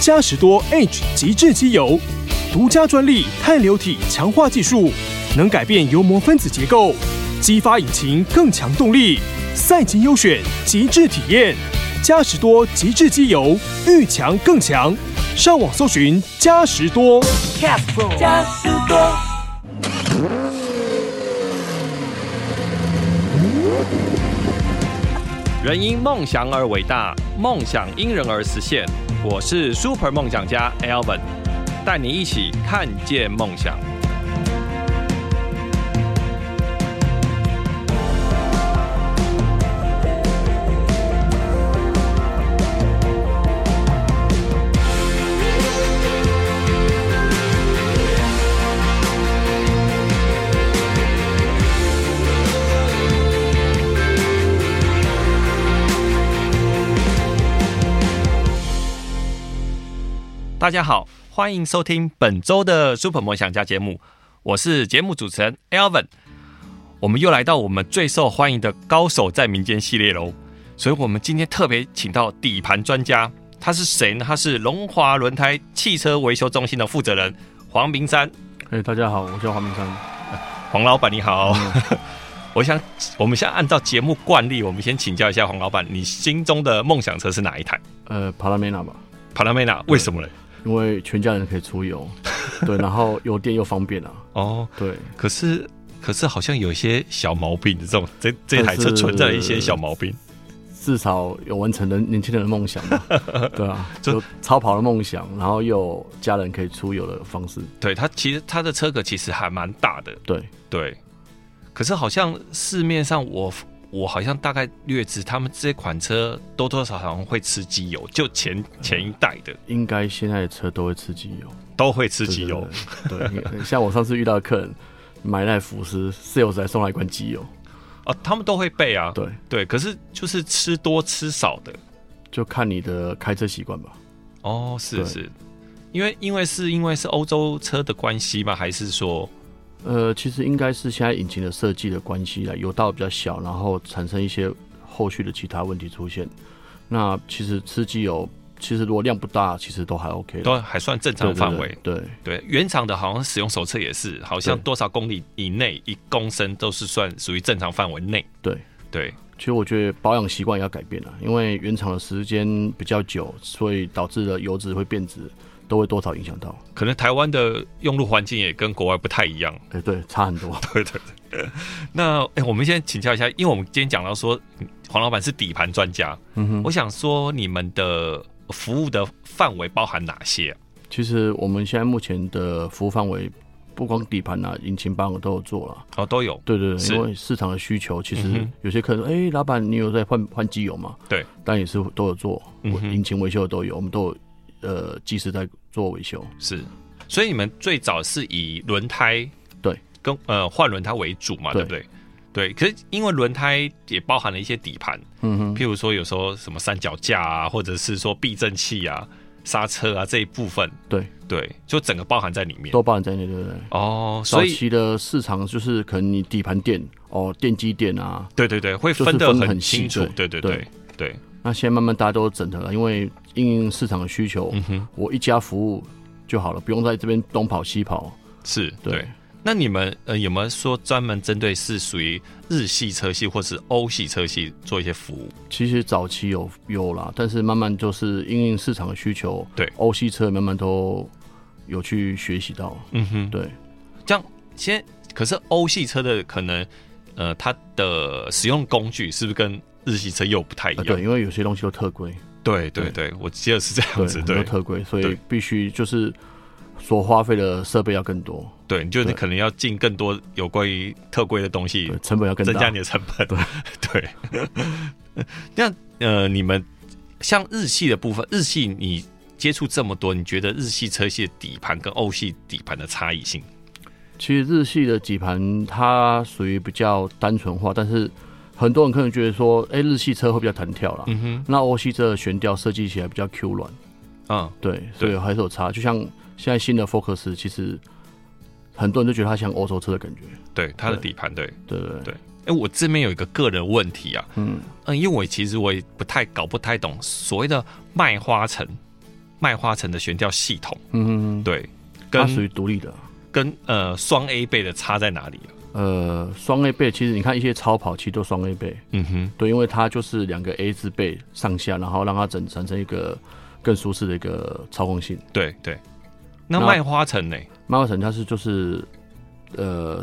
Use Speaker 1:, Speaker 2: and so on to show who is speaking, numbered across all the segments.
Speaker 1: 嘉实多 H 极致机油，独家专利碳流体强化技术，能改变油膜分子结构，激发引擎更强动力。赛级优选，极致体验，嘉实多极致机油，遇强更强。上网搜寻嘉实多。
Speaker 2: 加士多。
Speaker 3: 人因梦想而伟大，梦想因人而实现。我是 Super 梦想家 Alvin，带你一起看见梦想。大家好，欢迎收听本周的 Super 梦想家节目，我是节目主持人 Alvin。我们又来到我们最受欢迎的高手在民间系列喽，所以我们今天特别请到底盘专家，他是谁呢？他是龙华轮胎汽车维修中心的负责人黄明山，
Speaker 4: 哎、大家好，我叫黄明山。嗯
Speaker 3: 黄老板你好。 我想，我们先按照节目惯例，我们先请教一下黄老板，你心中的梦想车是哪一台？
Speaker 4: 呃，帕拉梅纳吧，
Speaker 3: 帕拉梅纳？为什么呢？
Speaker 4: 因为全家人可以出 游，对，然后油电又方便啊，
Speaker 3: 哦，
Speaker 4: 对，
Speaker 3: 可是可是好像有一些小毛病，这种这这台车
Speaker 4: 但是
Speaker 3: 存在了一些小毛病，
Speaker 4: 至少有完成人年轻人的梦想 嘛，对啊，
Speaker 3: 这
Speaker 4: 有超跑的梦想，然后又有家人可以出游的方式，
Speaker 3: 对它其实它的车格其实还蛮大的，
Speaker 4: 对，
Speaker 3: 对。可是好像市面上我我好像大概略知，他们这款车多多少少会吃机油，就前前一代的
Speaker 4: 应该现在的车都会吃机油，
Speaker 3: 都会吃
Speaker 4: 对
Speaker 3: 机油，，
Speaker 4: 对对，对像我上次遇到的客人买那台福斯，室友才送来一罐机油，
Speaker 3: 哦，他们都会备啊，
Speaker 4: 对，
Speaker 3: 对。可是就是吃多吃少的
Speaker 4: 就看你的开车习惯吧，
Speaker 3: 哦，是
Speaker 4: 对
Speaker 3: 是，因为因为是因为是欧洲车的关系吗？还是说
Speaker 4: 呃，其实应该是现在引擎的设计的关系啦，油道比较小，然后产生一些后续的其他问题出现。那其实吃机油，其实如果量不大，其实都还 OK 的。
Speaker 3: 都还算正常范围？
Speaker 4: 对对对
Speaker 3: 对，原厂的好像使用手册也是，好像
Speaker 4: 对
Speaker 3: 多少公里以内一公升都是算属于正常范围内。
Speaker 4: 对
Speaker 3: 对，
Speaker 4: 其实我觉得保养习惯也要改变了，因为原厂的时间比较久，所以导致的油脂会变质，都会多少影响到。
Speaker 3: 可能台湾的用路环境也跟国外不太一样。
Speaker 4: 哎、对，差 很多。
Speaker 3: 对对对。
Speaker 4: 嗯
Speaker 3: 那哎、我们先请教一下，因为我们今天讲到说嗯黄老板是底盘专家，
Speaker 4: 嗯哼
Speaker 3: 我想说你们的服务的范围包含哪些啊、
Speaker 4: 其实我们现在目前的服务范围，不光底盘啊、引擎保养都有做了。
Speaker 3: 哦，都有。
Speaker 4: 对对
Speaker 3: 是
Speaker 4: 对，因为市场的需求，其
Speaker 3: 嗯
Speaker 4: 实
Speaker 3: 哼
Speaker 4: 有些客人说：“哎、老板，你有在换换机油吗？”
Speaker 3: 对，
Speaker 4: 但也是都有做，
Speaker 3: 嗯哼
Speaker 4: 引擎维修的都有，我们都有呃及时在做维修。
Speaker 3: 是，所以你们最早是以轮胎
Speaker 4: 对
Speaker 3: 跟呃换轮胎为主嘛，对
Speaker 4: 对
Speaker 3: 不对？对，可是因为轮胎也包含了一些底盘，
Speaker 4: 嗯哼，
Speaker 3: 譬如说有时候什么三脚架啊，或者是说避震器啊、刹车啊这一部分，
Speaker 4: 对，
Speaker 3: 对，就整个包含在里面。
Speaker 4: 都包含在内，对不对？
Speaker 3: 哦，
Speaker 4: 早
Speaker 3: 所以
Speaker 4: 期的市场就是可能你底盘店哦，电机店啊，
Speaker 3: 对对对，会
Speaker 4: 就是
Speaker 3: 分得
Speaker 4: 分得
Speaker 3: 很
Speaker 4: 很细
Speaker 3: 清楚，对
Speaker 4: 对
Speaker 3: 对
Speaker 4: 对
Speaker 3: 对对，
Speaker 4: 那现在慢慢大家都整合了，因为因应市场的需求，
Speaker 3: 嗯哼，
Speaker 4: 我一家服务就好了，不用在这边东跑西跑。
Speaker 3: 是
Speaker 4: 对，
Speaker 3: 对。那你们呃有没有说专门针对是属于日系车系或是欧系车系做一些服务？
Speaker 4: 其实早期有有啦，但是慢慢就是因应市场的需求，
Speaker 3: 对
Speaker 4: 欧系车慢慢都有去学习到，
Speaker 3: 嗯哼，
Speaker 4: 对，啊
Speaker 3: 这样，先可是欧系车的可能，呃，它的使用工具是不是跟日系车又不太一
Speaker 4: 啊
Speaker 3: 样？
Speaker 4: 对，因为有些东西都特规，
Speaker 3: 对对对，我记得是这样
Speaker 4: 对，
Speaker 3: 子，
Speaker 4: 很
Speaker 3: 对
Speaker 4: 多特规，所
Speaker 3: 对
Speaker 4: 以必须就是所花费的设备要更多，
Speaker 3: 对，你就是
Speaker 4: 对
Speaker 3: 可能要进更多有关于特规的东西
Speaker 4: 对，，成本要更
Speaker 3: 嗯增加
Speaker 4: 大
Speaker 3: 你。的成本。对 那呃，你们像日系的部分，日系你接触这么多，你觉得日系车系的底盘跟欧系底盘的差异性？
Speaker 4: 其实日系的底盘它属于比较单纯化，但是很多人可能觉得说，哎、日系车会比较弹跳啦，
Speaker 3: 嗯哼，
Speaker 4: 那欧系车的悬吊设计起来比较 Q 软，
Speaker 3: 嗯，
Speaker 4: 对，所以
Speaker 3: 对
Speaker 4: 还是有差。就像现在新的 Focus，其实很多人都觉得它像欧洲车的感觉，
Speaker 3: 对，它的
Speaker 4: 对
Speaker 3: 底盘对。
Speaker 4: 对对
Speaker 3: 对哎、我这边有一个个人问题啊，
Speaker 4: 嗯，
Speaker 3: 嗯，因为我其实我也不太搞不太懂所谓的麦花臣麦花臣的悬吊系统，
Speaker 4: 嗯，
Speaker 3: 对，
Speaker 4: 它属
Speaker 3: 跟
Speaker 4: 于独立的。
Speaker 3: 跟呃双 A 倍的差在哪里啊
Speaker 4: 呃，双 A 倍其实你看一些超跑其实都双 A 倍，
Speaker 3: 嗯哼，
Speaker 4: 对，因为它就是两个 A 字倍上下，然后让它整产生一个更舒适的一个操控性。
Speaker 3: 对对。那
Speaker 4: 那
Speaker 3: 麦花臣呢？
Speaker 4: 马卡城它是就是呃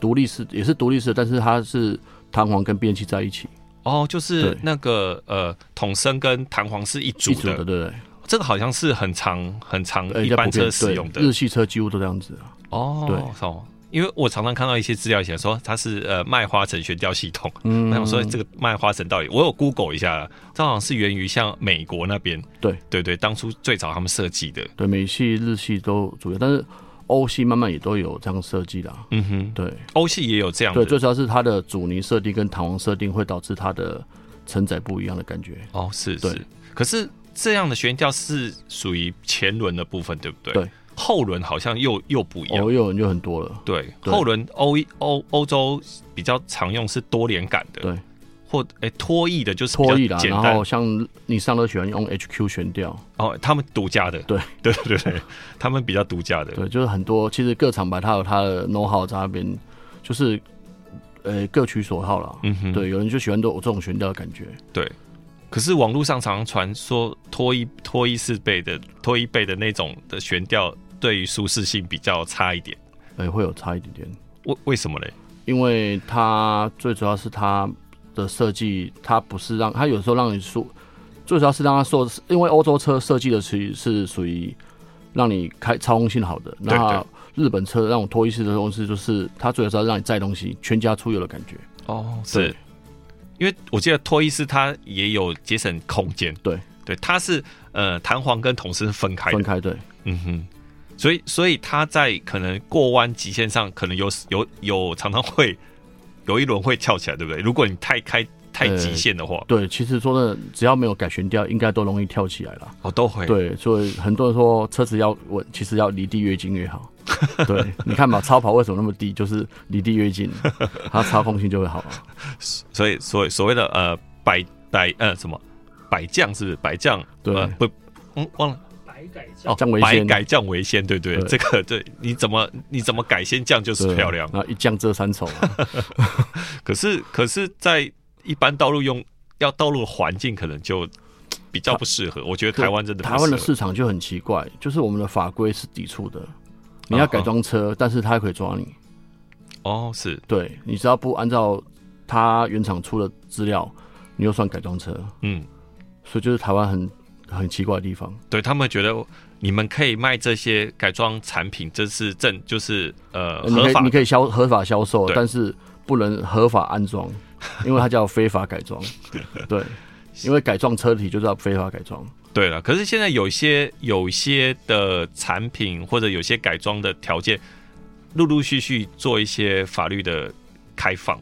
Speaker 4: 独立式，也是独立式的，但是它是弹簧跟变器在一起
Speaker 3: 哦，就是
Speaker 4: 对
Speaker 3: 那个呃，筒身跟弹簧是一组
Speaker 4: 一
Speaker 3: 的，
Speaker 4: 组的，对不对？
Speaker 3: 这个好像是很常很常
Speaker 4: 呃
Speaker 3: 一
Speaker 4: 比较
Speaker 3: 般
Speaker 4: 普遍
Speaker 3: 车使用的
Speaker 4: 对日系车几乎都这样子啊。
Speaker 3: 哦，
Speaker 4: 对
Speaker 3: 哦，因为我常常看到一些资料写说它是呃麦花臣悬吊系统，
Speaker 4: 嗯
Speaker 3: 那我说这个麦花臣到底，我有 Google 一下啦，这好像是源于像美国那边，
Speaker 4: 对
Speaker 3: 对对，当初最早他们设计的，
Speaker 4: 对美系、日系都主要，但是欧系慢慢也都有这样设计啦。
Speaker 3: 嗯哼，
Speaker 4: 对
Speaker 3: 欧系也有这样
Speaker 4: 对，
Speaker 3: 的，
Speaker 4: 最主要是它的阻尼设定跟弹簧设定会导致它的承载不一样的感觉。
Speaker 3: 哦，是
Speaker 4: 对
Speaker 3: 是，可是这样的悬吊是属于前轮的部分，对不对？
Speaker 4: 对，
Speaker 3: 后轮好像又又不一样。
Speaker 4: 哦，又有就很多了。
Speaker 3: 对，
Speaker 4: 对
Speaker 3: 后轮欧欧欧洲比较常用是多连杆的，
Speaker 4: 对，
Speaker 3: 或诶脱翼的，就是比
Speaker 4: 脱
Speaker 3: 较
Speaker 4: 翼啦，
Speaker 3: 简
Speaker 4: 然
Speaker 3: 单
Speaker 4: 后像你上都喜欢用 HQ 悬吊，
Speaker 3: 哦，他们独家的，
Speaker 4: 对
Speaker 3: 对对对，他们比较独家的，
Speaker 4: 对，就是很多其实各厂牌它有它的 know how 在那边，就是呃各取所好啦。
Speaker 3: 嗯哼，
Speaker 4: 对，有人就喜欢这种这种悬吊的感觉，
Speaker 3: 对。可是网络上常常传说脱衣脱衣四倍的脱衣背的那种的悬吊，对于舒适性比较差一点，
Speaker 4: 呃，会有差一点点，
Speaker 3: 为为什么嘞？
Speaker 4: 因为它最主要是它的设计，它不是让它有时候让你舒，最主要是让它说，因为欧洲车设计的其实是属于让你开操控性好的，
Speaker 3: 对
Speaker 4: 那日本车让我脱衣式的东西，就是它主要是要让你载东西，全家出游的感觉。
Speaker 3: 哦，
Speaker 4: 对
Speaker 3: 是因为我记得脱衣式它也有节省空间，
Speaker 4: 对
Speaker 3: 对，它是呃弹簧跟筒是分开的
Speaker 4: 分，开哎对，
Speaker 3: 嗯哼，所以所以他在可能过弯极限上，可能有有有常常会有一轮会翘起来，对不对？如果你太开太极限的话，
Speaker 4: 对，其实说真的，只要没有改悬吊，应该都容易跳起来啦。
Speaker 3: 哦都会，
Speaker 4: 对，所以很多人说车子要稳，其实要离地越近越好。 对，你看嘛，超跑为什么那么低？就是离地越近，它操控性就会好啊。
Speaker 3: 所以所以所谓的呃百百呃什么百将是不是百将？
Speaker 4: 对
Speaker 3: 呃、不，嗯忘了。哦
Speaker 4: 将为，
Speaker 3: 百
Speaker 4: 先
Speaker 3: 改将为先，对对，
Speaker 4: 对
Speaker 3: 这个对，你怎么你怎么改先将就是
Speaker 4: 对，
Speaker 3: 漂亮。
Speaker 4: 那一降遮三丑啊、
Speaker 3: 可是可是，在一般道路用要道路的环境可能就比较不适合。我觉得台湾真的不
Speaker 4: 台湾的
Speaker 3: 适合
Speaker 4: 市场就很奇怪，就是我们的法规是抵触
Speaker 3: 啊
Speaker 4: 的。你要改装车，但是它可以抓你。
Speaker 3: 哦，是
Speaker 4: 对，你只要不按照它原厂出的资料，你就算改装车。
Speaker 3: 嗯，
Speaker 4: 所以就是台湾很很奇怪的地方。
Speaker 3: 对他们觉得你们可以卖这些改装产品，这是正就是呃
Speaker 4: 你可
Speaker 3: 合
Speaker 4: 以
Speaker 3: 法
Speaker 4: 你可以销合法销售，
Speaker 3: 对
Speaker 4: 但是不能合法安装，因为它叫非法改装。 对，因为改装车体就叫非法改装。
Speaker 3: 对了。可是现在有一些有一些的产品或者有些改装的条件，陆陆续续做一些法律的开放。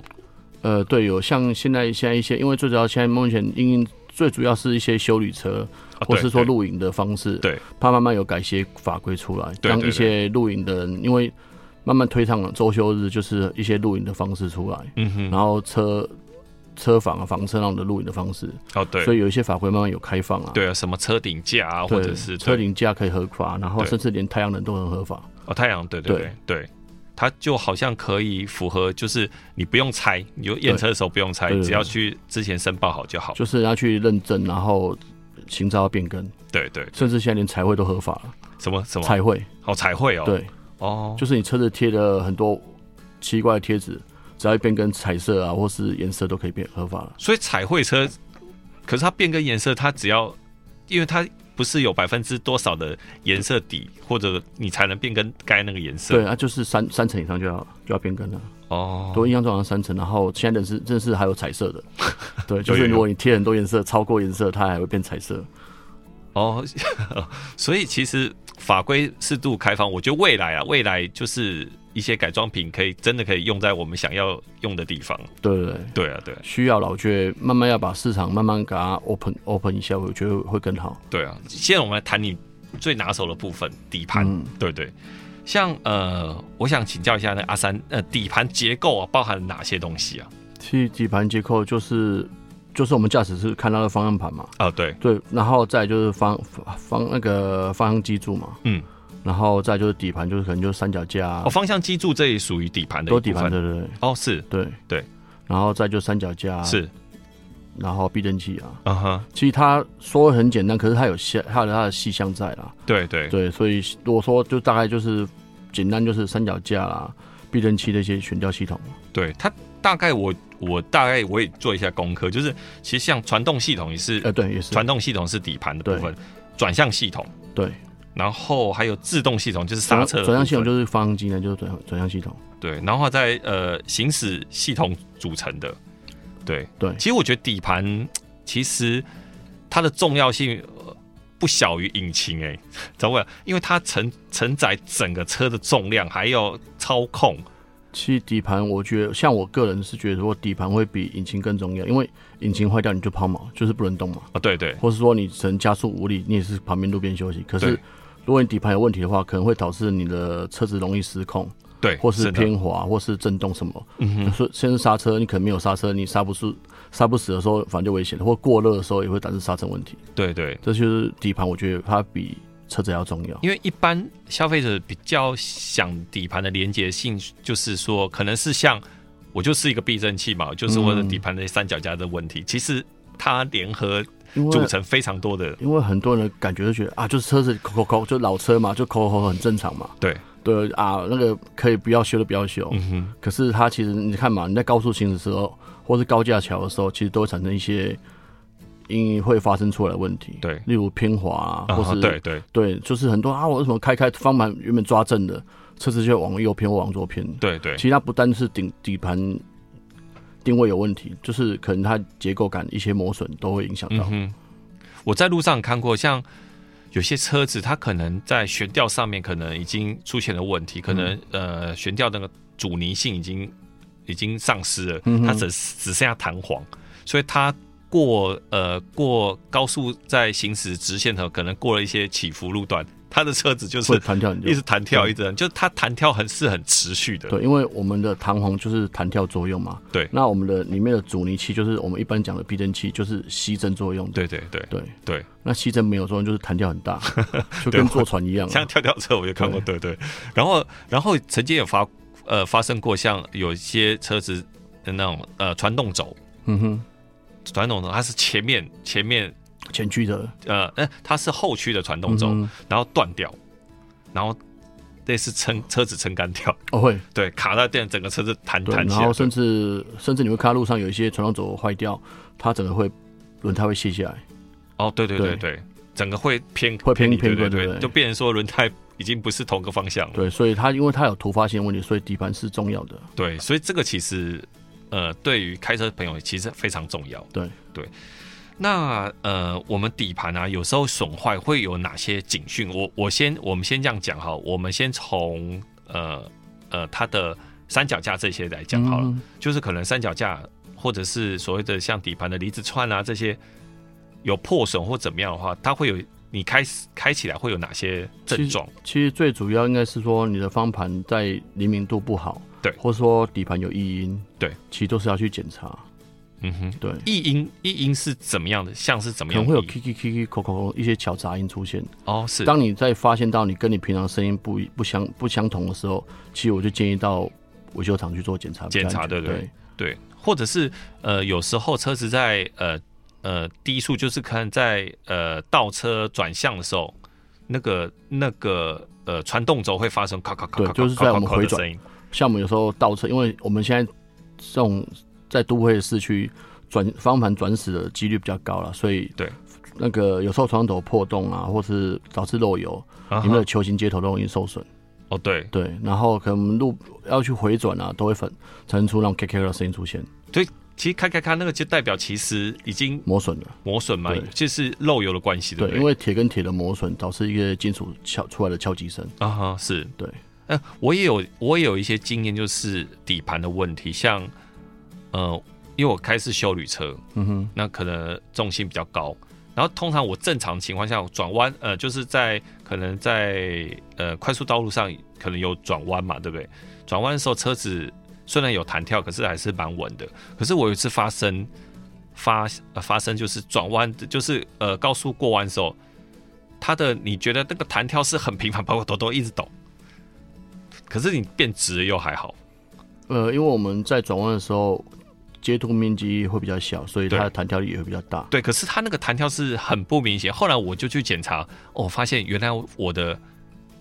Speaker 4: 呃，对，有像现在现在一些，因为最主要现在目前因应最主要是一些修理车，
Speaker 3: 啊
Speaker 4: 或
Speaker 3: 对
Speaker 4: 是说
Speaker 3: 对
Speaker 4: 露营的方式，
Speaker 3: 对，
Speaker 4: 它慢慢有改一些法规出来，
Speaker 3: 对
Speaker 4: 让
Speaker 3: 对
Speaker 4: 一些露营的人，因为慢慢推上了周休日，就是一些露营的方式出来，
Speaker 3: 嗯哼，
Speaker 4: 然后车车房啊、房车那种的露营的方式，
Speaker 3: 哦对
Speaker 4: 所以有一些法规慢慢有开放啊，
Speaker 3: 对啊，什么车顶架啊，
Speaker 4: 对，
Speaker 3: 或者是
Speaker 4: 车顶架可以合法，然后
Speaker 3: 对
Speaker 4: 甚至连太阳能都能合法，
Speaker 3: 哦太阳，对对对
Speaker 4: 对
Speaker 3: 对。它就好像可以符合，就是你不用拆，你就验车的时候不用拆，
Speaker 4: 对对对
Speaker 3: 只要去之前申报好就好。
Speaker 4: 就是要去认证，然后行照要变更，
Speaker 3: 对对，
Speaker 4: 甚至现在连彩绘都合法了，
Speaker 3: 什么什么
Speaker 4: 彩绘
Speaker 3: 哦彩绘哦，
Speaker 4: 对。
Speaker 3: 哦，
Speaker 4: 就是你车子贴了很多奇怪的贴纸，只要一变更彩色啊，或是颜色都可以变合法了。
Speaker 3: 所以彩绘车，可是它变更颜色，它只要，因为它不是有百分之多少的颜色底，或者你才能变更该那个颜色。
Speaker 4: 对，啊，就是三三层以上就要就要变更了。
Speaker 3: 哦，
Speaker 4: 我印象中好像三层，然后现在的是正是还有彩 色的，对，就是
Speaker 3: 有有
Speaker 4: 如果你贴很多颜色，超过颜色，它还会变彩色。
Speaker 3: 哦，所以其实法规适度开放，我觉得未来啊，未来就是一些改装品可以真的可以用在我们想要用的地方。
Speaker 4: 对对对，
Speaker 3: 对啊，对啊，
Speaker 4: 需要了，我觉得慢慢要把市场慢慢给它 open open 一下，我觉得会更好。
Speaker 3: 对啊。现在我们来谈你最拿手的部分，底盘，
Speaker 4: 嗯
Speaker 3: 对对。像呃，我想请教一下那个阿三，呃，底盘结构啊，包含哪些东西啊？
Speaker 4: 其实底盘结构就是就是我们驾驶是看它的方向盘嘛，
Speaker 3: 啊，对，
Speaker 4: 对，然后再就是方方方那个方向机柱嘛，
Speaker 3: 嗯，
Speaker 4: 然后再就是底盘，就是可能就是三脚架、啊
Speaker 3: 哦，，方向机柱这也属于底盘的一
Speaker 4: 都
Speaker 3: 部
Speaker 4: 底
Speaker 3: 分，
Speaker 4: 盘，对对对
Speaker 3: 哦，是
Speaker 4: 对
Speaker 3: 对，
Speaker 4: 然后再就三脚架、啊，，
Speaker 3: 是，
Speaker 4: 然后避震器啊，
Speaker 3: 嗯哼，
Speaker 4: 其实它说很简单，可是它有细，它有它的细项在啦，
Speaker 3: 对对
Speaker 4: 对，所以如果说就大概就是简单就是三脚架啦。避震器的一些悬吊系统，
Speaker 3: 对，它大概我我大概我也做一下功课，就是其实像传动系统也是
Speaker 4: 呃，，对，也是
Speaker 3: 传动系统是底盘的部分，转向系统，
Speaker 4: 对，
Speaker 3: 然后还有制动系统就是刹
Speaker 4: 转
Speaker 3: 车的部分，
Speaker 4: 转向系统就是方向机呢，就是转转向系统，
Speaker 3: 对，然后在呃行驶系统组成的，对
Speaker 4: 对
Speaker 3: 其实我觉得底盘其实它的重要性、呃不小于引擎哎、欸， 怎么讲？因为它承承载整个车的重量，还有操控，
Speaker 4: 其实底盘，我觉得像我个人是觉得，如果底盘会比引擎更重要，因为引擎坏掉你就抛锚，就是不能动嘛，
Speaker 3: 啊，对对
Speaker 4: 或是说你只能加速无力，你也是旁边路边休息。可是
Speaker 3: 对
Speaker 4: 如果你底盘有问题的话，可能会导致你的车子容易失控，
Speaker 3: 对，
Speaker 4: 或是
Speaker 3: 的
Speaker 4: 偏滑，或是震动什么。
Speaker 3: 嗯哼，
Speaker 4: 所以先是刹车，你可能没有刹车，你刹不住、刹不死的时候，反正就危险了；或过热的时候也会导致刹车问题。
Speaker 3: 对对，
Speaker 4: 这就是底盘，我觉得它比车子还要重要。
Speaker 3: 因为一般消费者比较想底盘的连接性，就是说可能是像我就是一个避震器嘛，就是我的底盘的三脚架的问题，其实它联合
Speaker 4: 因为
Speaker 3: 组成非常多的，
Speaker 4: 因为很多人的感觉就觉得啊，就是车子扣扣扣，就老车嘛，就扣扣扣很正常嘛。
Speaker 3: 对，
Speaker 4: 对啊，那个可以不要修的不要修。
Speaker 3: 嗯哼，
Speaker 4: 可是它其实你看嘛，你在高速行驶的时候，或是高架桥的时候，其实都会产生一些因会发生出来的问题。
Speaker 3: 对
Speaker 4: 例如偏滑啊，
Speaker 3: 啊
Speaker 4: 或是、
Speaker 3: 对对
Speaker 4: 对就是很多啊，我为什么开开方向盘原本抓正的，车子就往右偏或往左偏？
Speaker 3: 对对
Speaker 4: 其实它不单是顶底盘定位有问题，就是可能它结构感一些磨损都会影响
Speaker 3: 嗯
Speaker 4: 到。
Speaker 3: 哼，我在路上看过，像有些车子，它可能在悬吊上面可能已经出现了问
Speaker 4: 嗯
Speaker 3: 题，可能、呃悬吊那个阻尼性已经已经丧失了，
Speaker 4: 嗯哼
Speaker 3: 它只只剩下弹簧，所以它过呃过高速在行驶直线的时候，可能过了一些起伏路段，它的车子就
Speaker 4: 会
Speaker 3: 是
Speaker 4: 弹跳你就
Speaker 3: 一直弹跳，
Speaker 4: 对
Speaker 3: 一直弹，就是它弹跳很是很持续的，
Speaker 4: 对，因为我们的弹簧就是弹跳作用嘛。
Speaker 3: 对
Speaker 4: 那我们的里面的阻尼器就是我们一般讲的避震器，就是吸震作用的。
Speaker 3: 对对对
Speaker 4: 对
Speaker 3: 对，
Speaker 4: 那吸震没有作用，就是弹跳 很大，就跟坐船一样啊。
Speaker 3: 像跳跳车我就看过，对对。然后，然后曾经也发呃发生过，像有一些车子的那种呃传动轴，
Speaker 4: 嗯哼，
Speaker 3: 传动轴它是前面前面
Speaker 4: 前驱的
Speaker 3: 呃呃它是后驱的传动轴，
Speaker 4: 嗯嗯哼
Speaker 3: 然后断掉，然后类似撑车子撑杆跳，
Speaker 4: 哦会
Speaker 3: 对，卡在电整个车子弹
Speaker 4: 对，
Speaker 3: 弹
Speaker 4: 然
Speaker 3: 起来
Speaker 4: 后，甚至甚至你会看到路上有一些传动轴坏掉，它整个会轮胎会卸下来。
Speaker 3: 哦，对对对
Speaker 4: 对
Speaker 3: 对，整个会偏
Speaker 4: 会偏
Speaker 3: 离
Speaker 4: 偏
Speaker 3: 对
Speaker 4: 对对
Speaker 3: 对，
Speaker 4: 对
Speaker 3: 就变成说轮胎已经不是同个方向了。
Speaker 4: 对，所以它因为它有突发性问题，所以底盘是重要的。
Speaker 3: 对，所以这个其实呃，对于开车朋友其实非常重要。
Speaker 4: 对
Speaker 3: 对，那呃，我们底盘啊，有时候损坏会有哪些警讯？我我先我们先这样讲哈，我们先从呃呃它的三脚架这些来讲好了，
Speaker 4: 嗯
Speaker 3: 就是可能三脚架或者是所谓的像底盘的离子串啊这些有破损或怎么样的话，它会有你开开起来会有哪些症状？
Speaker 4: 其实最主要应该是说你的方盘在灵敏度不好，
Speaker 3: 对
Speaker 4: 或者说底盘有异音，
Speaker 3: 对，
Speaker 4: 其实都是要去检查。
Speaker 3: 嗯哼。
Speaker 4: 对，
Speaker 3: 异音异音是怎么样的？像是怎么
Speaker 4: 可
Speaker 3: 样
Speaker 4: 能
Speaker 3: 的
Speaker 4: 会有
Speaker 3: 异音
Speaker 4: k k k k 口口一些小杂音出现。
Speaker 3: 哦，是
Speaker 4: 当你在发现到你跟你平常声音不一不相不相同的时候，其实我就建议到维修厂去做检查比较安
Speaker 3: 检
Speaker 4: 全。
Speaker 3: 查对不对
Speaker 4: 对
Speaker 3: 对，或者是呃，有时候车子在呃呃低速，就是看在呃倒车转向的时候，那个那个呃传动轴会发生咔咔咔
Speaker 4: 对
Speaker 3: 咔咔
Speaker 4: 就是在我们
Speaker 3: 咔咔咔的
Speaker 4: 回转
Speaker 3: 声音，
Speaker 4: 像我们有时候倒车，因为我们现在这种在都会市区转方向盘转死的几率比较高了，所以
Speaker 3: 对
Speaker 4: 那个有时候传头破洞啊，或是导致漏油，
Speaker 3: 啊
Speaker 4: 里面
Speaker 3: 哈
Speaker 4: 的球形接头都容易受损。
Speaker 3: 哦对，
Speaker 4: 对，然后可能我们路要去回转啊，都会粉产生出那种 K K 的声音出现，
Speaker 3: 其实咔咔咔那个就代表其实已经
Speaker 4: 磨损了。
Speaker 3: 磨损嘛
Speaker 4: 对，
Speaker 3: 就是漏油的关系，对
Speaker 4: 对
Speaker 3: 不，对？
Speaker 4: 因为铁跟铁的磨损导致一个金属敲出来的敲击声。
Speaker 3: 啊哈是
Speaker 4: 对，
Speaker 3: 呃，我也有我也有一些经验，就是底盘的问题，像呃，因为我开是修旅车，
Speaker 4: 嗯哼，
Speaker 3: 那可能重心比较高。然后通常我正常情况下我转弯，呃，就是在可能在呃快速道路上可能有转弯嘛，对不对？转弯的时候车子虽然有弹跳，可是还是蛮稳的。可是我有一次发生发、呃发生，就是转弯，就是呃高速过弯的时候，它的你觉得那个弹跳是很平凡，包 括抖抖一直抖，可是你变直了又还好，
Speaker 4: 呃，因为我们在转弯的时候，接触面积会比较小，所以它
Speaker 3: 对
Speaker 4: 的弹跳力也会比较大。
Speaker 3: 对，可是它那个弹跳是很不明显。后来我就去检查，哦，发现原来我的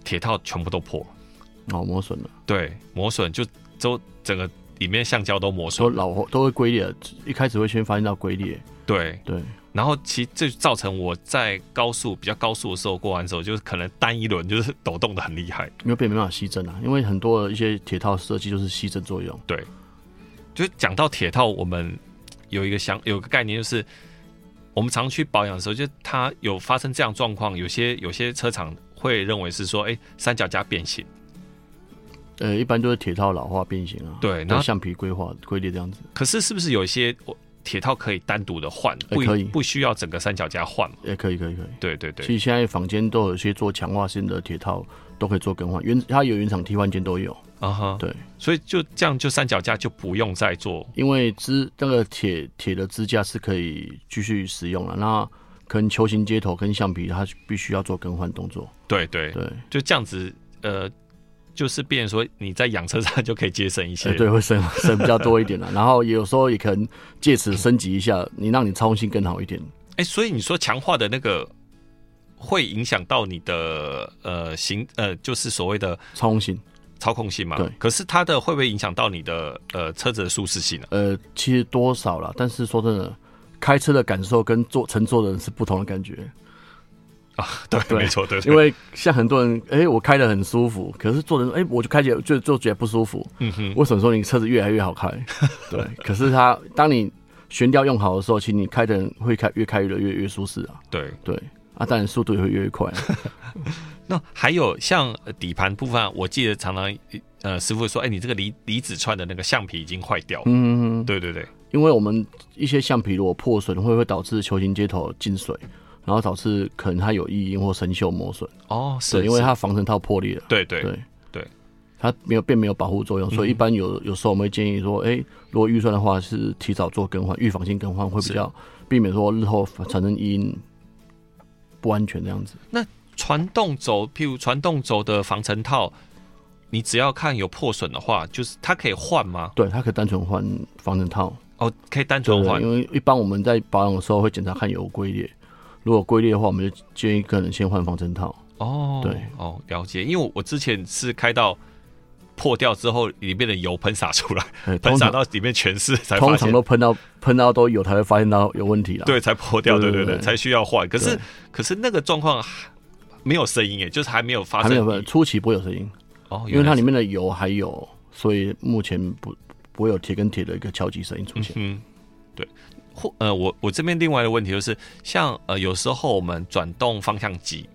Speaker 3: 铁套全部都破了，
Speaker 4: 哦，磨损了，
Speaker 3: 对，磨损就都整个里面橡胶都磨
Speaker 4: 说
Speaker 3: 损，
Speaker 4: 老都会龟裂，一开始会先发现到龟裂，
Speaker 3: 对，
Speaker 4: 对，
Speaker 3: 然后其实这就造成我在高速比较高速的时候过完之后，就是可能单一轮就是抖动的很厉害，
Speaker 4: 因为变没办法吸震啊，因为很多的一些铁套设计就是吸震作用。
Speaker 3: 就是讲到铁套，我们有一个想有个概念，就是我们常去保养的时候，就它有发生这样状况，有些有些车厂会认为是说，哎、三脚架变形，
Speaker 4: 呃，一般都是铁套老化变形啊，
Speaker 3: 对然后
Speaker 4: 那橡皮规划龟裂这样子，
Speaker 3: 可是是不是有一些我铁套可以单独的换，
Speaker 4: 哎
Speaker 3: 不一、
Speaker 4: 可以
Speaker 3: 不需要整个三脚架换嘛？
Speaker 4: 也呃可以，可以，可以。
Speaker 3: 对对
Speaker 4: 其
Speaker 3: 对，
Speaker 4: 实现在房间都有一些做强化性的铁套，都可以做更换，原它有原厂替换件都有，
Speaker 3: 啊哈，
Speaker 4: 对，
Speaker 3: 所以就这样，就三脚架就不用再做
Speaker 4: 因为支那个铁铁的支架是可以继续使用了，啊那可能球形接头跟橡皮它必须要做更换动作，
Speaker 3: 对对，
Speaker 4: 对，
Speaker 3: 就这样子，呃，就是变成说你在养车上就可以节省一些，
Speaker 4: 呃对，会省 省比较多一点啊了，然后有时候也可能借此升级一下，你让你操控性更好一点，
Speaker 3: 哎、所以你说强化的那个会影响到你的呃行呃，就是所谓的
Speaker 4: 操控性，
Speaker 3: 操控性嘛？
Speaker 4: 对
Speaker 3: 可是它的会不会影响到你的呃车子的舒适 性呢、
Speaker 4: 呃，其实多少啦，但是说真的，开车的感受跟坐乘坐的人是不同的感觉，
Speaker 3: 对，
Speaker 4: 对
Speaker 3: 没错，对对
Speaker 4: 因为像很多人，哎、我开的很舒服，可是坐人，哎、我就开起来就就觉得不舒服。
Speaker 3: 嗯哼，
Speaker 4: 为什么说你车子越来越好 开？对，可是它当你悬吊用好的时候，其实你开的人会开越开越越越舒适啊。
Speaker 3: 对。
Speaker 4: 对啊，当然速度也会越来越快。啊
Speaker 3: 那还有像呃底盘部分啊，我记得常常呃师傅说，哎、你这个离离子串的那个橡皮已经坏掉了。
Speaker 4: 嗯，
Speaker 3: 对对对，
Speaker 4: 因为我们一些橡皮如果破损，会会导致球形接头进水，然后导致可能它有异音或生锈磨损。
Speaker 3: 哦，是
Speaker 4: 对，因为
Speaker 3: 是
Speaker 4: 它防尘套破裂了。
Speaker 3: 对对
Speaker 4: 对
Speaker 3: 对，嗯
Speaker 4: 它没有并没有保护作用，所以一般有有时候我们会建议说，哎、如果预算的话，是提早做更换，预防性更换会比
Speaker 3: 是
Speaker 4: 较避免说日后产生因不安全这样子。
Speaker 3: 传动轴，譬如传动轴的防尘套，你只要看有破损的话，就是它可以换吗？
Speaker 4: 对，它可以单纯换防尘套，
Speaker 3: 哦，可以单
Speaker 4: 对
Speaker 3: 纯换。
Speaker 4: 因为一般我们在保养的时候会检查看有无龟裂，如果龟裂的话，我们就建议客人先换防尘套。
Speaker 3: 哦，
Speaker 4: 对，
Speaker 3: 哦，了解。因为我我之前是开到破掉之后，里面的油喷洒出来，
Speaker 4: 哎
Speaker 3: 喷
Speaker 4: 通
Speaker 3: 洒
Speaker 4: 常
Speaker 3: 到里面全是，才
Speaker 4: 通
Speaker 3: 发
Speaker 4: 常
Speaker 3: 现
Speaker 4: 都喷到喷到都有才会发现到有问题啦。
Speaker 3: 对，才破掉，对
Speaker 4: 对
Speaker 3: 对
Speaker 4: 对
Speaker 3: 对，
Speaker 4: 对
Speaker 3: 才需要换。可是
Speaker 4: 对
Speaker 3: 可是那个状况还没有声音诶，就是还没有发
Speaker 4: 还没有
Speaker 3: 生
Speaker 4: 初期不会有声音，
Speaker 3: 哦，
Speaker 4: 因为它里
Speaker 3: 面
Speaker 4: 面的油还有，所以目前不不会有铁跟铁的一个敲击声音出现。
Speaker 3: 嗯，对。或呃，我我这边另外的问题就是，像呃，有时候我们转动方向机，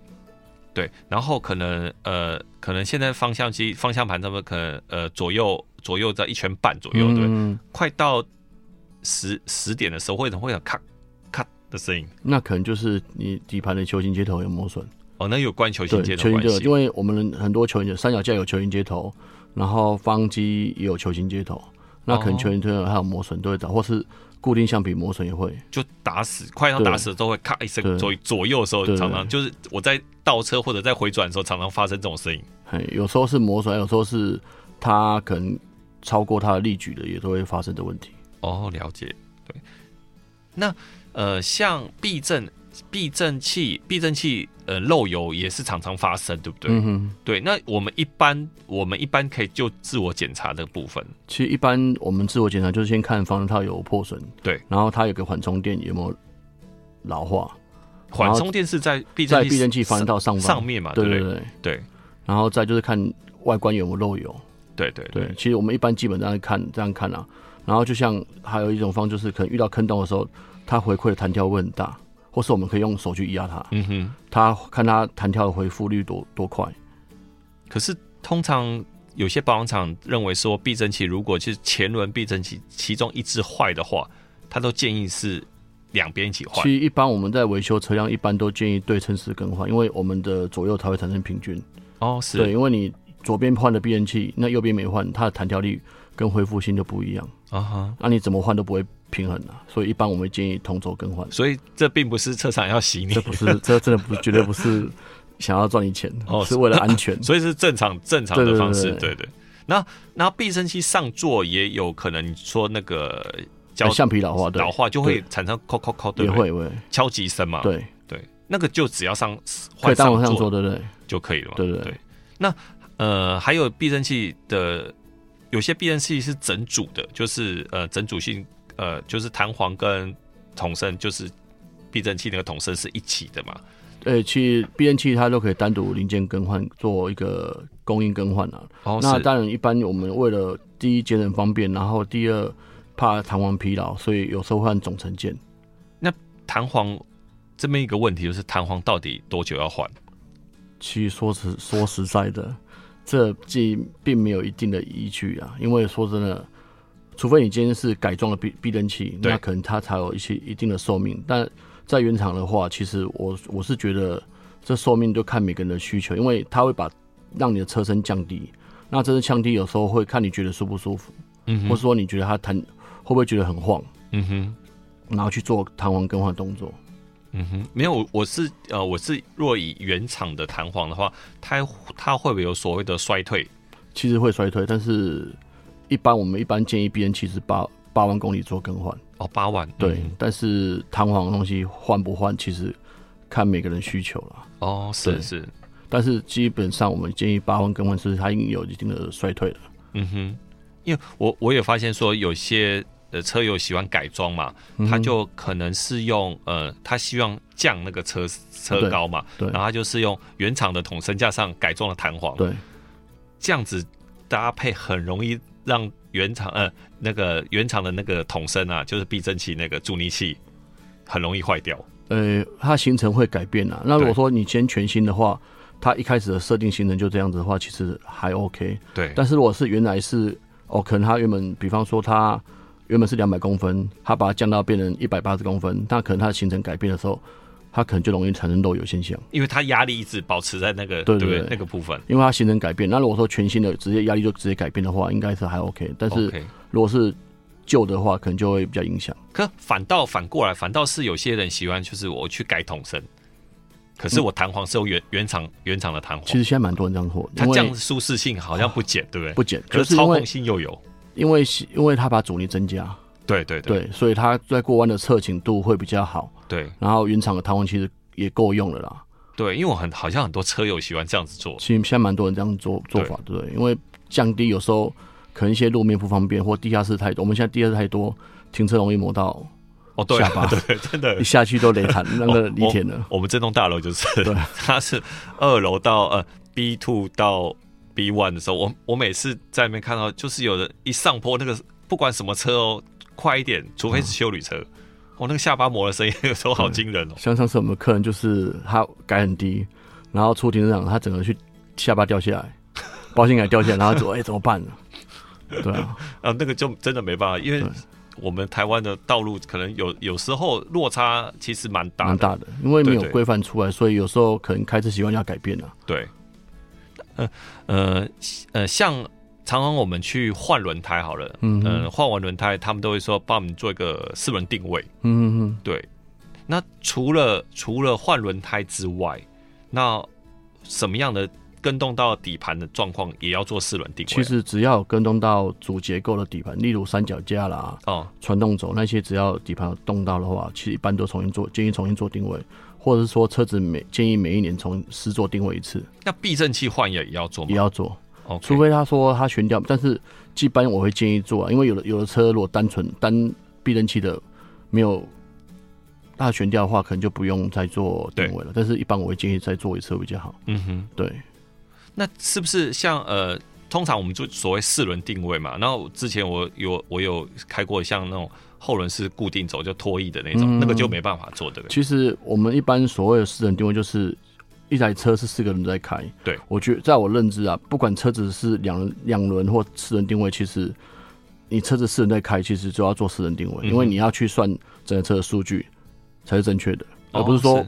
Speaker 3: 对，然后可能呃，可能现在方向机方向盘他们可能呃左右左右在一圈半左右，对不对，
Speaker 4: 嗯，
Speaker 3: 快到十十点的时候，会会有咔咔的声音。
Speaker 4: 那可能就是你底盘的球形接头有磨损，
Speaker 3: 哦，那有关球
Speaker 4: 对，
Speaker 3: 形接
Speaker 4: 球
Speaker 3: 的
Speaker 4: 形
Speaker 3: 关
Speaker 4: 接头，
Speaker 3: 系
Speaker 4: 因。为我们很多球形接三脚架有球形接头，然后方机也有球形接头，那可能
Speaker 3: 哦
Speaker 4: 球形接头还有磨损都会找，或是固定橡皮磨损也会，
Speaker 3: 就打死，快要
Speaker 4: 对
Speaker 3: 打死的时候会咔一声，
Speaker 4: 对
Speaker 3: 左左右的时候
Speaker 4: 对
Speaker 3: 常常就是我在倒车或者在回转的时候，常常发生这种声音。
Speaker 4: 嘿，有时候是磨损，有时候是它可能超过它的力矩的，也都会发生的问题。
Speaker 3: 哦，了解。对，那呃，像避震、避震器、避震器呃漏油也是常常发生，对不对？
Speaker 4: 嗯哼。
Speaker 3: 对。那我们一般我们一般可以就自我检查的部分，
Speaker 4: 其实一般我们自我检查就是先看防尘套有破损，
Speaker 3: 对，
Speaker 4: 然后它有个缓冲垫有没有老化，
Speaker 3: 缓冲垫是在避震
Speaker 4: 在
Speaker 3: 器
Speaker 4: 避震器防尘套上
Speaker 3: 上
Speaker 4: 方，
Speaker 3: 上面嘛，
Speaker 4: 对
Speaker 3: 不
Speaker 4: 对
Speaker 3: 对？
Speaker 4: 对，
Speaker 3: 对
Speaker 4: 然后再就是看外观有没有漏油，
Speaker 3: 对对
Speaker 4: 对，其实我们一般基本上看这样看啊，然后就像还有一种方就是可能遇到坑洞的时候，它回馈的弹跳会很大，或是我们可以用手去压它，
Speaker 3: 嗯哼。
Speaker 4: 它看它弹跳的回复率多多快，
Speaker 3: 可是通常有些保养厂认为说，避震器如果是前轮避震器其中一只坏的话，他都建议是两边一起换
Speaker 4: 其。实一般我们在维修车辆，一般都建议对称式更换，因为我们的左右才会产生平均。
Speaker 3: 哦，
Speaker 4: 对，
Speaker 3: 是
Speaker 4: 因为你左边换了避震器，那右边没换，它的弹跳力跟恢复性就不一样，
Speaker 3: 啊哈。
Speaker 4: 那、你怎么换都不会平衡啊。所以一般我们会建议同轴更 换，
Speaker 3: 所以这并不是车厂要洗你
Speaker 4: 这，不是这真的不绝对不是想要赚你钱，
Speaker 3: 哦
Speaker 4: 是为了安全。
Speaker 3: 所以是正常正常
Speaker 4: 对
Speaker 3: 的
Speaker 4: 对
Speaker 3: 方式，
Speaker 4: 对
Speaker 3: 对对。那那避震器上座也有可能，你说那个胶
Speaker 4: 呃橡皮老化对
Speaker 3: 老化就会产生扣扣扣，对
Speaker 4: 也
Speaker 3: 不对？
Speaker 4: 会会
Speaker 3: 敲击声嘛，
Speaker 4: 对，
Speaker 3: 对，那个就只要上
Speaker 4: 可
Speaker 3: 换
Speaker 4: 以当我
Speaker 3: 上
Speaker 4: 上
Speaker 3: 座
Speaker 4: 桌，对不对？
Speaker 3: 就可以了嘛。
Speaker 4: 对对对
Speaker 3: 那呃，还有避震器的，有些避震器是整组的，就是呃整组性呃就是弹簧跟筒身，就是避震器那个筒身是一起的嘛。
Speaker 4: 呃，其实 B N 器它都可以单独零件更换，做一个供应更换啊。
Speaker 3: 哦
Speaker 4: 那当然，一般我们为了第一节能方便，然后第二怕弹簧疲劳，所以有时候换总成件。
Speaker 3: 弹簧这边一个问题就是弹簧到底多久要换？
Speaker 4: 其实说实说实在的，这既并没有一定的依据啊，因为说真的，除非你今天是改装了避避震器，
Speaker 3: 对
Speaker 4: 那可能它才有一些一定的寿命。但在原厂的话，其实我我是觉得这寿命就看每个人的需求，因为它会把让你的车身降低。那这身降低有时候会看你觉得舒不舒服，
Speaker 3: 嗯
Speaker 4: 或是说你觉得它弹会不会觉得很晃，
Speaker 3: 嗯哼。
Speaker 4: 然后去做弹簧更换动作。
Speaker 3: 嗯哼，没有，我我是呃，我是若以原厂的弹簧的话，它它会不会有所谓的衰退？
Speaker 4: 其实会衰退，但是一般我们一般建议 B N 七是八八万公里做更换，
Speaker 3: 哦，八万，
Speaker 4: 对。
Speaker 3: 嗯
Speaker 4: 但是弹簧的东西换不换，其实看每个人需求啦。
Speaker 3: 哦，是
Speaker 4: 对
Speaker 3: 是，
Speaker 4: 但是基本上我们建议八万更换，是它已经有一定的衰退了。
Speaker 3: 嗯哼，因为我我也发现说有些呃车友喜欢改装嘛，
Speaker 4: 嗯哼
Speaker 3: 他就可能是用呃，他希望降那个车车
Speaker 4: 对
Speaker 3: 高嘛，
Speaker 4: 对
Speaker 3: 然后他就是用原厂的桶身架上改装了弹簧，
Speaker 4: 对
Speaker 3: 这样子搭配很容易让原厂呃那个原厂的那个桶身啊，就是避震器那个阻尼器很容易坏掉，
Speaker 4: 呃，它行程会改变啦。啊那如
Speaker 3: 对
Speaker 4: 果说你先全新的话，它一开始的设定行程就这样子的话，其实还 OK。
Speaker 3: 对
Speaker 4: 但是如果是原来是哦，可能它原本比方说它原本是两百公分，它把它降到变成一百八十公分，那可能它的行程改变的时候，它可能就容易产生漏油现象，
Speaker 3: 因为它压力一直保持在那个
Speaker 4: 对
Speaker 3: 不
Speaker 4: 对
Speaker 3: 对
Speaker 4: 对
Speaker 3: 那个部分
Speaker 4: 因为它行程改变。那如果说全新的直接压力就直接改变的话，应该是还 OK。但是
Speaker 3: ，OK。
Speaker 4: 如果是旧的话，可能就会比较影响。
Speaker 3: 可反倒反过来，反倒是有些人喜欢，就是我去改桶身，可是我弹簧是用原原厂原厂的弹
Speaker 4: 其
Speaker 3: 簧，
Speaker 4: 实现在蛮多人这样做，
Speaker 3: 它
Speaker 4: 因
Speaker 3: 这
Speaker 4: 为
Speaker 3: 样舒适性好像不减，对不对？
Speaker 4: 不减，
Speaker 3: 可
Speaker 4: 就是是
Speaker 3: 操
Speaker 4: 因
Speaker 3: 控
Speaker 4: 为
Speaker 3: 性又有，
Speaker 4: 因为因为它把阻力增加，
Speaker 3: 对对对
Speaker 4: 对，所以它在过弯的侧倾度会比较好，
Speaker 3: 对
Speaker 4: 然后原厂的弹簧其实也够用了啦。
Speaker 3: 对，因为我很好像很多车友喜欢这样子做，
Speaker 4: 其实现在蛮多人这样做做法，对不对？因为降低有时候可能一些路面不方便，或地下室太多。我们现在地下室太多，停车容易磨到，
Speaker 3: 哦对
Speaker 4: 下巴
Speaker 3: 对，真的
Speaker 4: 一下去都雷惨，那个
Speaker 3: 哦
Speaker 4: 犁田了。
Speaker 3: 我们这栋大楼就是
Speaker 4: 对，
Speaker 3: 它是二楼到呃 B two 到 B one 的时候，我我每次在那边看到，就是有人一上坡，那个不管什么车哦，快一点，除
Speaker 4: 嗯
Speaker 3: 非是修旅车，我、哦、那个下巴磨的声音有时候好惊人哦。
Speaker 4: 像上次我们客人就是他改很低，然后出停车场，他整个去下巴掉下来，保险杆掉下来，然后 他说：“哎、怎么办呢？”对啊，
Speaker 3: 啊，那个就真的没办法，因为
Speaker 4: 对
Speaker 3: 我们台湾的道路可能有有时候落差其实蛮大
Speaker 4: 蛮
Speaker 3: 的，
Speaker 4: 大的，因为没有
Speaker 3: 对对
Speaker 4: 规范出来，所以有时候可能开车习惯要改变了、啊
Speaker 3: 对。呃呃呃，像常常我们去换轮胎好了，
Speaker 4: 嗯哼
Speaker 3: 呃，换完轮胎，他们都会说帮我们做一个四轮定位。
Speaker 4: 嗯嗯
Speaker 3: 对，那除了除了换轮胎之外，那什么样的跟动到底盘的状况也要做四轮定位啊？
Speaker 4: 其实只要有跟踪到主结构的底盘，例如三脚架啦，
Speaker 3: 哦，
Speaker 4: 传动轴那些，只要底盘有动到的话，其实一般都重新做，建议重新做定位，或者是说车子每建议每一年重试做定位一次，
Speaker 3: 那避震器换也也要做
Speaker 4: 也
Speaker 3: 吗？
Speaker 4: 要做，
Speaker 3: 哦，
Speaker 4: 除非他说他悬吊，但是一般我会建议做啊，因为有的有的车如果单纯单避震器的没有大悬吊的话，可能就不用再做定位了，但是一般我会建议再做一次会比较好，
Speaker 3: 嗯哼，
Speaker 4: 对，
Speaker 3: 那是不是像呃，通常我们就所谓四轮定位嘛？然后之前我有我有开过像那种后轮是固定轴就脱翼的那种，
Speaker 4: 嗯
Speaker 3: 那个就没办法做，对不对？
Speaker 4: 其实我们一般所谓的四人定位，就是一台车是四个人在开。
Speaker 3: 对，
Speaker 4: 我觉得在我认知啊，不管车子是两人两轮或四人定位，其实你车子四人在开，其实就要做四人定位，
Speaker 3: 嗯
Speaker 4: 因为你要去算整台车的数据才是正确的，
Speaker 3: 哦
Speaker 4: 而不是说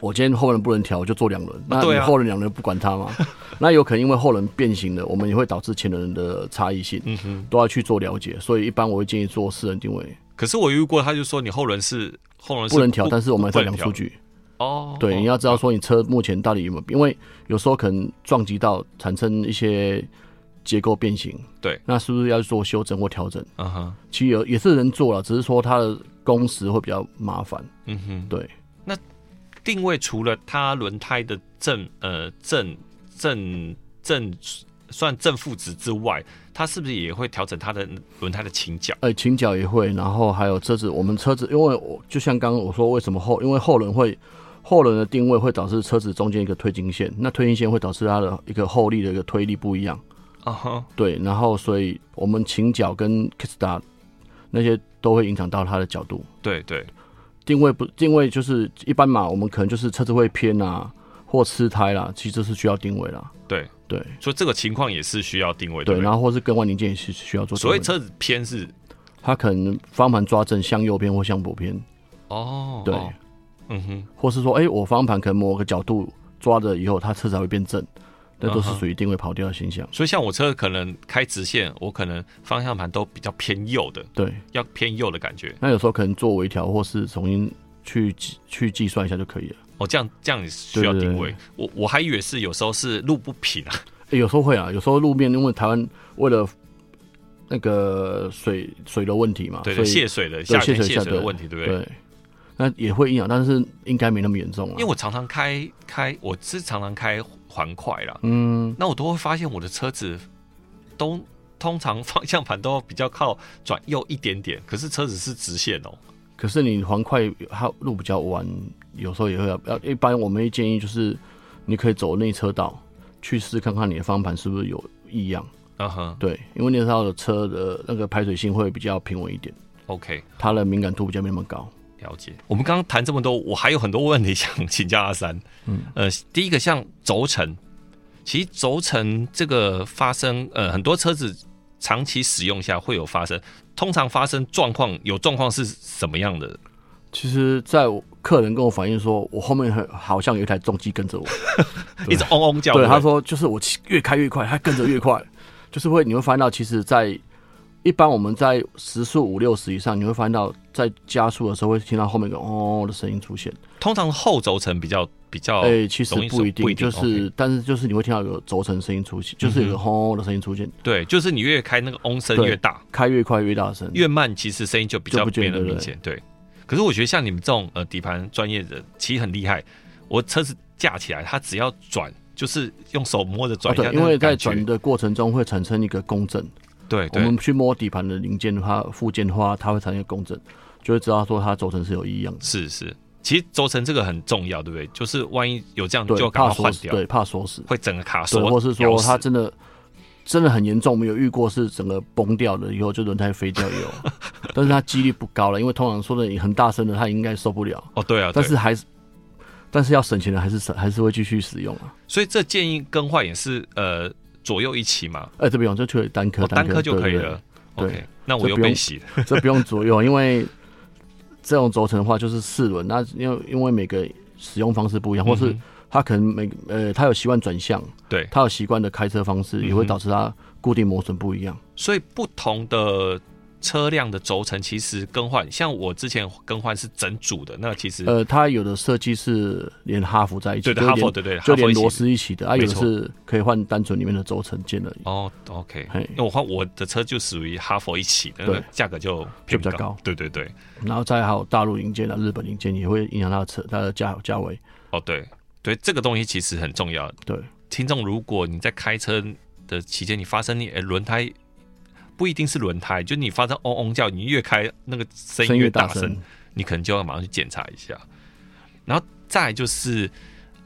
Speaker 4: 我今天后轮不能调，我就做两轮，那
Speaker 3: 对
Speaker 4: 你
Speaker 3: 啊
Speaker 4: 后轮两轮不管它嘛？那有可能因为后轮变形了，我们也会导致前轮的差异性，
Speaker 3: 嗯哼。
Speaker 4: 都要去做了解。所以一般我会建议做四人定位，
Speaker 3: 可是我遇过，他就说你后轮是后轮是
Speaker 4: 不能调，但是我们还
Speaker 3: 不
Speaker 4: 是
Speaker 3: 能
Speaker 4: 量
Speaker 3: 调
Speaker 4: 数据。
Speaker 3: 哦。
Speaker 4: 对，
Speaker 3: 哦
Speaker 4: 你要知道说你车目前到底有没有，因为有时候可能撞击到产生一些结构变形，
Speaker 3: 对，
Speaker 4: 那是不是要做修正或调整？
Speaker 3: 嗯哼，
Speaker 4: 其实有也是能做了，只是说它的工时会比较麻烦。
Speaker 3: 嗯哼，
Speaker 4: 对。
Speaker 3: 那定位除了它轮胎的正呃正正正算正负值之外，它是不是也会调整它的轮胎的倾角？
Speaker 4: 呃，倾角也会，然后还有车子，我们车子，因为我就像刚刚我说，为什么后，因为后轮会后轮的定位会导致车子中间一个推进线，那推进线会导致它的一个后力的一个推力不一样，
Speaker 3: 啊哈，
Speaker 4: 对，然后所以我们倾角跟 kickstart 那些都会影响到它的角度
Speaker 3: 对对，
Speaker 4: 定位不定位就是一般嘛，我们可能就是车子会偏啊或吃胎啦，其实这是需要定位啦，
Speaker 3: 对
Speaker 4: 对
Speaker 3: 所以这个情况也是需要定位，对
Speaker 4: 对，
Speaker 3: 不对？
Speaker 4: 然后或是更换零件也是需要做定
Speaker 3: 所
Speaker 4: 位
Speaker 3: 谓
Speaker 4: 的，
Speaker 3: 车子偏是
Speaker 4: 它可能方向盘抓正向右边或向左边，
Speaker 3: 哦，
Speaker 4: 对。
Speaker 3: 哦嗯哼，
Speaker 4: 或是说，哎、我方向盘可能某个角度抓着以后，它车才会变正，那都是
Speaker 3: 嗯哼
Speaker 4: 属于定位跑掉的现象。
Speaker 3: 所以像我车可能开直线，我可能方向盘都比较偏右的，
Speaker 4: 对，
Speaker 3: 要偏右的感觉。
Speaker 4: 那有时候可能做微调，或是重新去计去计算一下就可以了。
Speaker 3: 哦，这样这样也需要
Speaker 4: 对对
Speaker 3: 定
Speaker 4: 对
Speaker 3: 位。我我还以为是有时候是路不平啊，
Speaker 4: 诶有时候会啊，有时候路面因为台湾为了那个水水的问题嘛，
Speaker 3: 对
Speaker 4: 啊所
Speaker 3: 对，
Speaker 4: 以
Speaker 3: 泄水的
Speaker 4: 对
Speaker 3: 下雨
Speaker 4: 泄
Speaker 3: 天
Speaker 4: 水
Speaker 3: 泄
Speaker 4: 下
Speaker 3: 水的
Speaker 4: 对
Speaker 3: 问题，对不对？
Speaker 4: 对，那也会影响，但是应该没那么严重了。啊
Speaker 3: 因为我常常开开，我是常常开环快啦，
Speaker 4: 嗯，
Speaker 3: 那我都会发现我的车子都通常方向盘都比较靠转右一点点，可是车子是直线哦。
Speaker 4: 可是你环快，它路比较弯，有时候也会要要。一般我们会建议就是，你可以走内车道去试看看你的方向盘是不是有异样。
Speaker 3: 嗯哼
Speaker 4: 对，因为内车道的车的那个排水性会比较平稳一点，
Speaker 3: ，OK，
Speaker 4: 它的敏感度比较没那么高。
Speaker 3: 了解。我们刚刚谈这么多，我还有很多问题 想请教阿三。
Speaker 4: 嗯，
Speaker 3: 呃，第一个像轴承，其实轴承这个发生，呃，很多车子长期使用下会有发生，通常发生状况有状况是什么样的？
Speaker 4: 其实，在我客人跟我反映说，我后面很好像有一台重机跟着我。
Speaker 3: 一直嗡嗡叫。
Speaker 4: 对，
Speaker 3: 不
Speaker 4: 他说就是我骑越开越快，它跟着越快， 就是会你会发现到，其实，在一般我们在时速五六十以上，你会发现到在加速的时候会听到后面有个哦的声音出现。
Speaker 3: 通常后轴承比较比较，
Speaker 4: 哎、其实
Speaker 3: 容易
Speaker 4: 不一
Speaker 3: 不一定嗯
Speaker 4: 定，就是、但是就是你会听到有轴承声音出现，就是有个轰轰的声音出现，
Speaker 3: 对，就是你越开那个嗡声
Speaker 4: 对
Speaker 3: 越大，
Speaker 4: 开越快越大声。
Speaker 3: 越慢其实声音就比较
Speaker 4: 就不见
Speaker 3: 变得
Speaker 4: 对不对
Speaker 3: 明显。对，可是我觉得像你们这种呃底盘专业的，其实很厉害。我车子架起来，它只要转，就是用手摸着转
Speaker 4: 啊
Speaker 3: 一下、
Speaker 4: 对，因为在转
Speaker 3: 转，
Speaker 4: 的过程中会产生一个共振，
Speaker 3: 对
Speaker 4: 我
Speaker 3: 对
Speaker 4: 们去摸底盘的零件的话，附件的话，它会产生一个共振，就会知道说它轴承是有异样的。
Speaker 3: 是是，其实轴承这个很重要，对不对？就是万一有这样，就
Speaker 4: 对，
Speaker 3: 要赶
Speaker 4: 怕
Speaker 3: 快
Speaker 4: 锁
Speaker 3: 换
Speaker 4: 死，
Speaker 3: 掉，
Speaker 4: 对，怕锁死。
Speaker 3: 会整个卡
Speaker 4: 对，
Speaker 3: 锁，
Speaker 4: 或是
Speaker 3: 咬
Speaker 4: 说
Speaker 3: 死
Speaker 4: 它真的真的很严重，我们有遇过是整个崩掉了以后，就轮胎飞掉也有， 但是它几率不高了，因为通常说的你很大声的，它应该受不了，
Speaker 3: 哦，对啊，
Speaker 4: 但
Speaker 3: 对
Speaker 4: 是还是。但是要省钱的还是省，还是会继续使用啊。
Speaker 3: 所以这建议更换也是呃左右一起嘛，
Speaker 4: 哎、这不用，这可以单颗、
Speaker 3: 哦单
Speaker 4: 颗
Speaker 3: 颗就可以。
Speaker 4: 对对
Speaker 3: 了。
Speaker 4: 对
Speaker 3: OK，那我
Speaker 4: 这
Speaker 3: 又
Speaker 4: 不
Speaker 3: 被
Speaker 4: 用
Speaker 3: 洗了。
Speaker 4: 这不用左右，因为这种轴承的话就是四轮，那因为因为每个使用方式不一样，或
Speaker 3: 嗯
Speaker 4: 是
Speaker 3: 哼
Speaker 4: 他可能每呃他有习惯转向，
Speaker 3: 对，
Speaker 4: 他有习惯的开车方式，也
Speaker 3: 嗯
Speaker 4: 会
Speaker 3: 哼
Speaker 4: 导致他固定磨损不一样。
Speaker 3: 所以不同的车辆的轴承其实更换，像我之前更换是整组的，那其实、
Speaker 4: 呃，它有的设计是连哈佛在一起，
Speaker 3: 对的
Speaker 4: 就是
Speaker 3: 哈佛
Speaker 4: 连
Speaker 3: 对对，
Speaker 4: 就
Speaker 3: 哈佛
Speaker 4: 连
Speaker 3: 一
Speaker 4: 螺
Speaker 3: 起。
Speaker 4: 丝一起的，啊，
Speaker 3: 没
Speaker 4: 有的
Speaker 3: 错
Speaker 4: 是可以换单纯里面的轴承件而已。
Speaker 3: 哦，OK，
Speaker 4: 嘿
Speaker 3: 因为我换我的车就属于哈佛一起的，那
Speaker 4: 对
Speaker 3: 个价格就
Speaker 4: 就
Speaker 3: 偏
Speaker 4: 比较
Speaker 3: 高
Speaker 4: 高。
Speaker 3: 对对对，
Speaker 4: 然后再还有大陆零件啊、日本零件也会影响它的车它的价价位。
Speaker 3: 哦对对，这个东西其实很重要。
Speaker 4: 对，
Speaker 3: 听众，如果你在开车的期间，你发生你呃轮胎不一定是轮胎，就你发生嗡嗡叫，你越开那个声音
Speaker 4: 音
Speaker 3: 越
Speaker 4: 大嗯
Speaker 3: 大声，，你可能就要马上去检查一下。然后再来就是，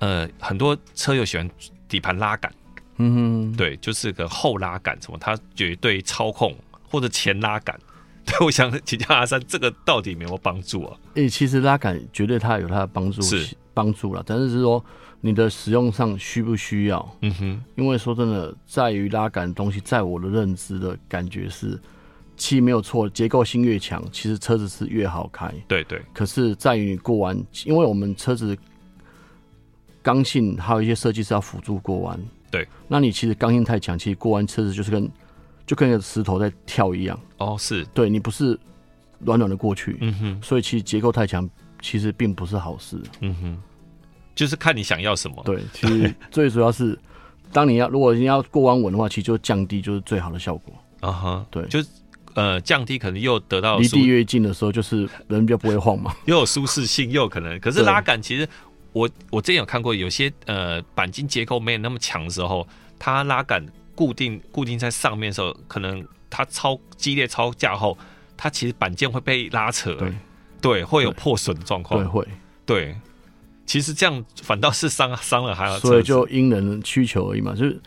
Speaker 3: 呃，很多车友喜欢底盘拉杆，
Speaker 4: 嗯哼，
Speaker 3: 对，就是个后拉杆什么，他绝对操控或者前拉杆。 对，我想请教阿三，这个到底有没有帮助啊？
Speaker 4: 诶、其实拉杆绝对它有它的帮助
Speaker 3: 是
Speaker 4: 帮助了，但是是说你的使用上需不需要？
Speaker 3: 嗯哼，
Speaker 4: 因为说真的，在于拉杆的东西，在我的认知的感觉是，气没有错，结构性越强，其实车子是越好开。
Speaker 3: 对对，
Speaker 4: 可是在于你过完，因为我们车子刚性还有一些设计是要辅助过弯。
Speaker 3: 对，
Speaker 4: 那你其实刚性太强，其实过弯车子就是跟就跟一个石头在跳一样，
Speaker 3: 哦，是，
Speaker 4: 对你不是软软的过去，
Speaker 3: 嗯哼，
Speaker 4: 所以其实结构太强其实并不是好事。
Speaker 3: 嗯哼，就是看你想要什么。
Speaker 4: 对，其 实最主要是，当你要如果你要过弯稳的话，其实就降低就是最好的效果。
Speaker 3: 啊哈，
Speaker 4: 对
Speaker 3: 就是呃降低可能又得到
Speaker 4: 离
Speaker 3: 舒
Speaker 4: 地越近的时候，就是人比较不会晃嘛。
Speaker 3: 又有舒适性，又有可能，可是
Speaker 4: 对
Speaker 3: 拉杆其实我我之前有看过，有些呃钣金结构没有那么强的时候，它拉杆固定固定在上面的时候，可能它超激烈超架后，它其实板件会被拉扯，欸
Speaker 4: 对
Speaker 3: 对会有
Speaker 4: 对
Speaker 3: 破损的状
Speaker 4: 对，
Speaker 3: 况，
Speaker 4: 会，
Speaker 3: 对。其实这样反倒是伤伤了还有
Speaker 4: 所以就因人需求而已嘛。就是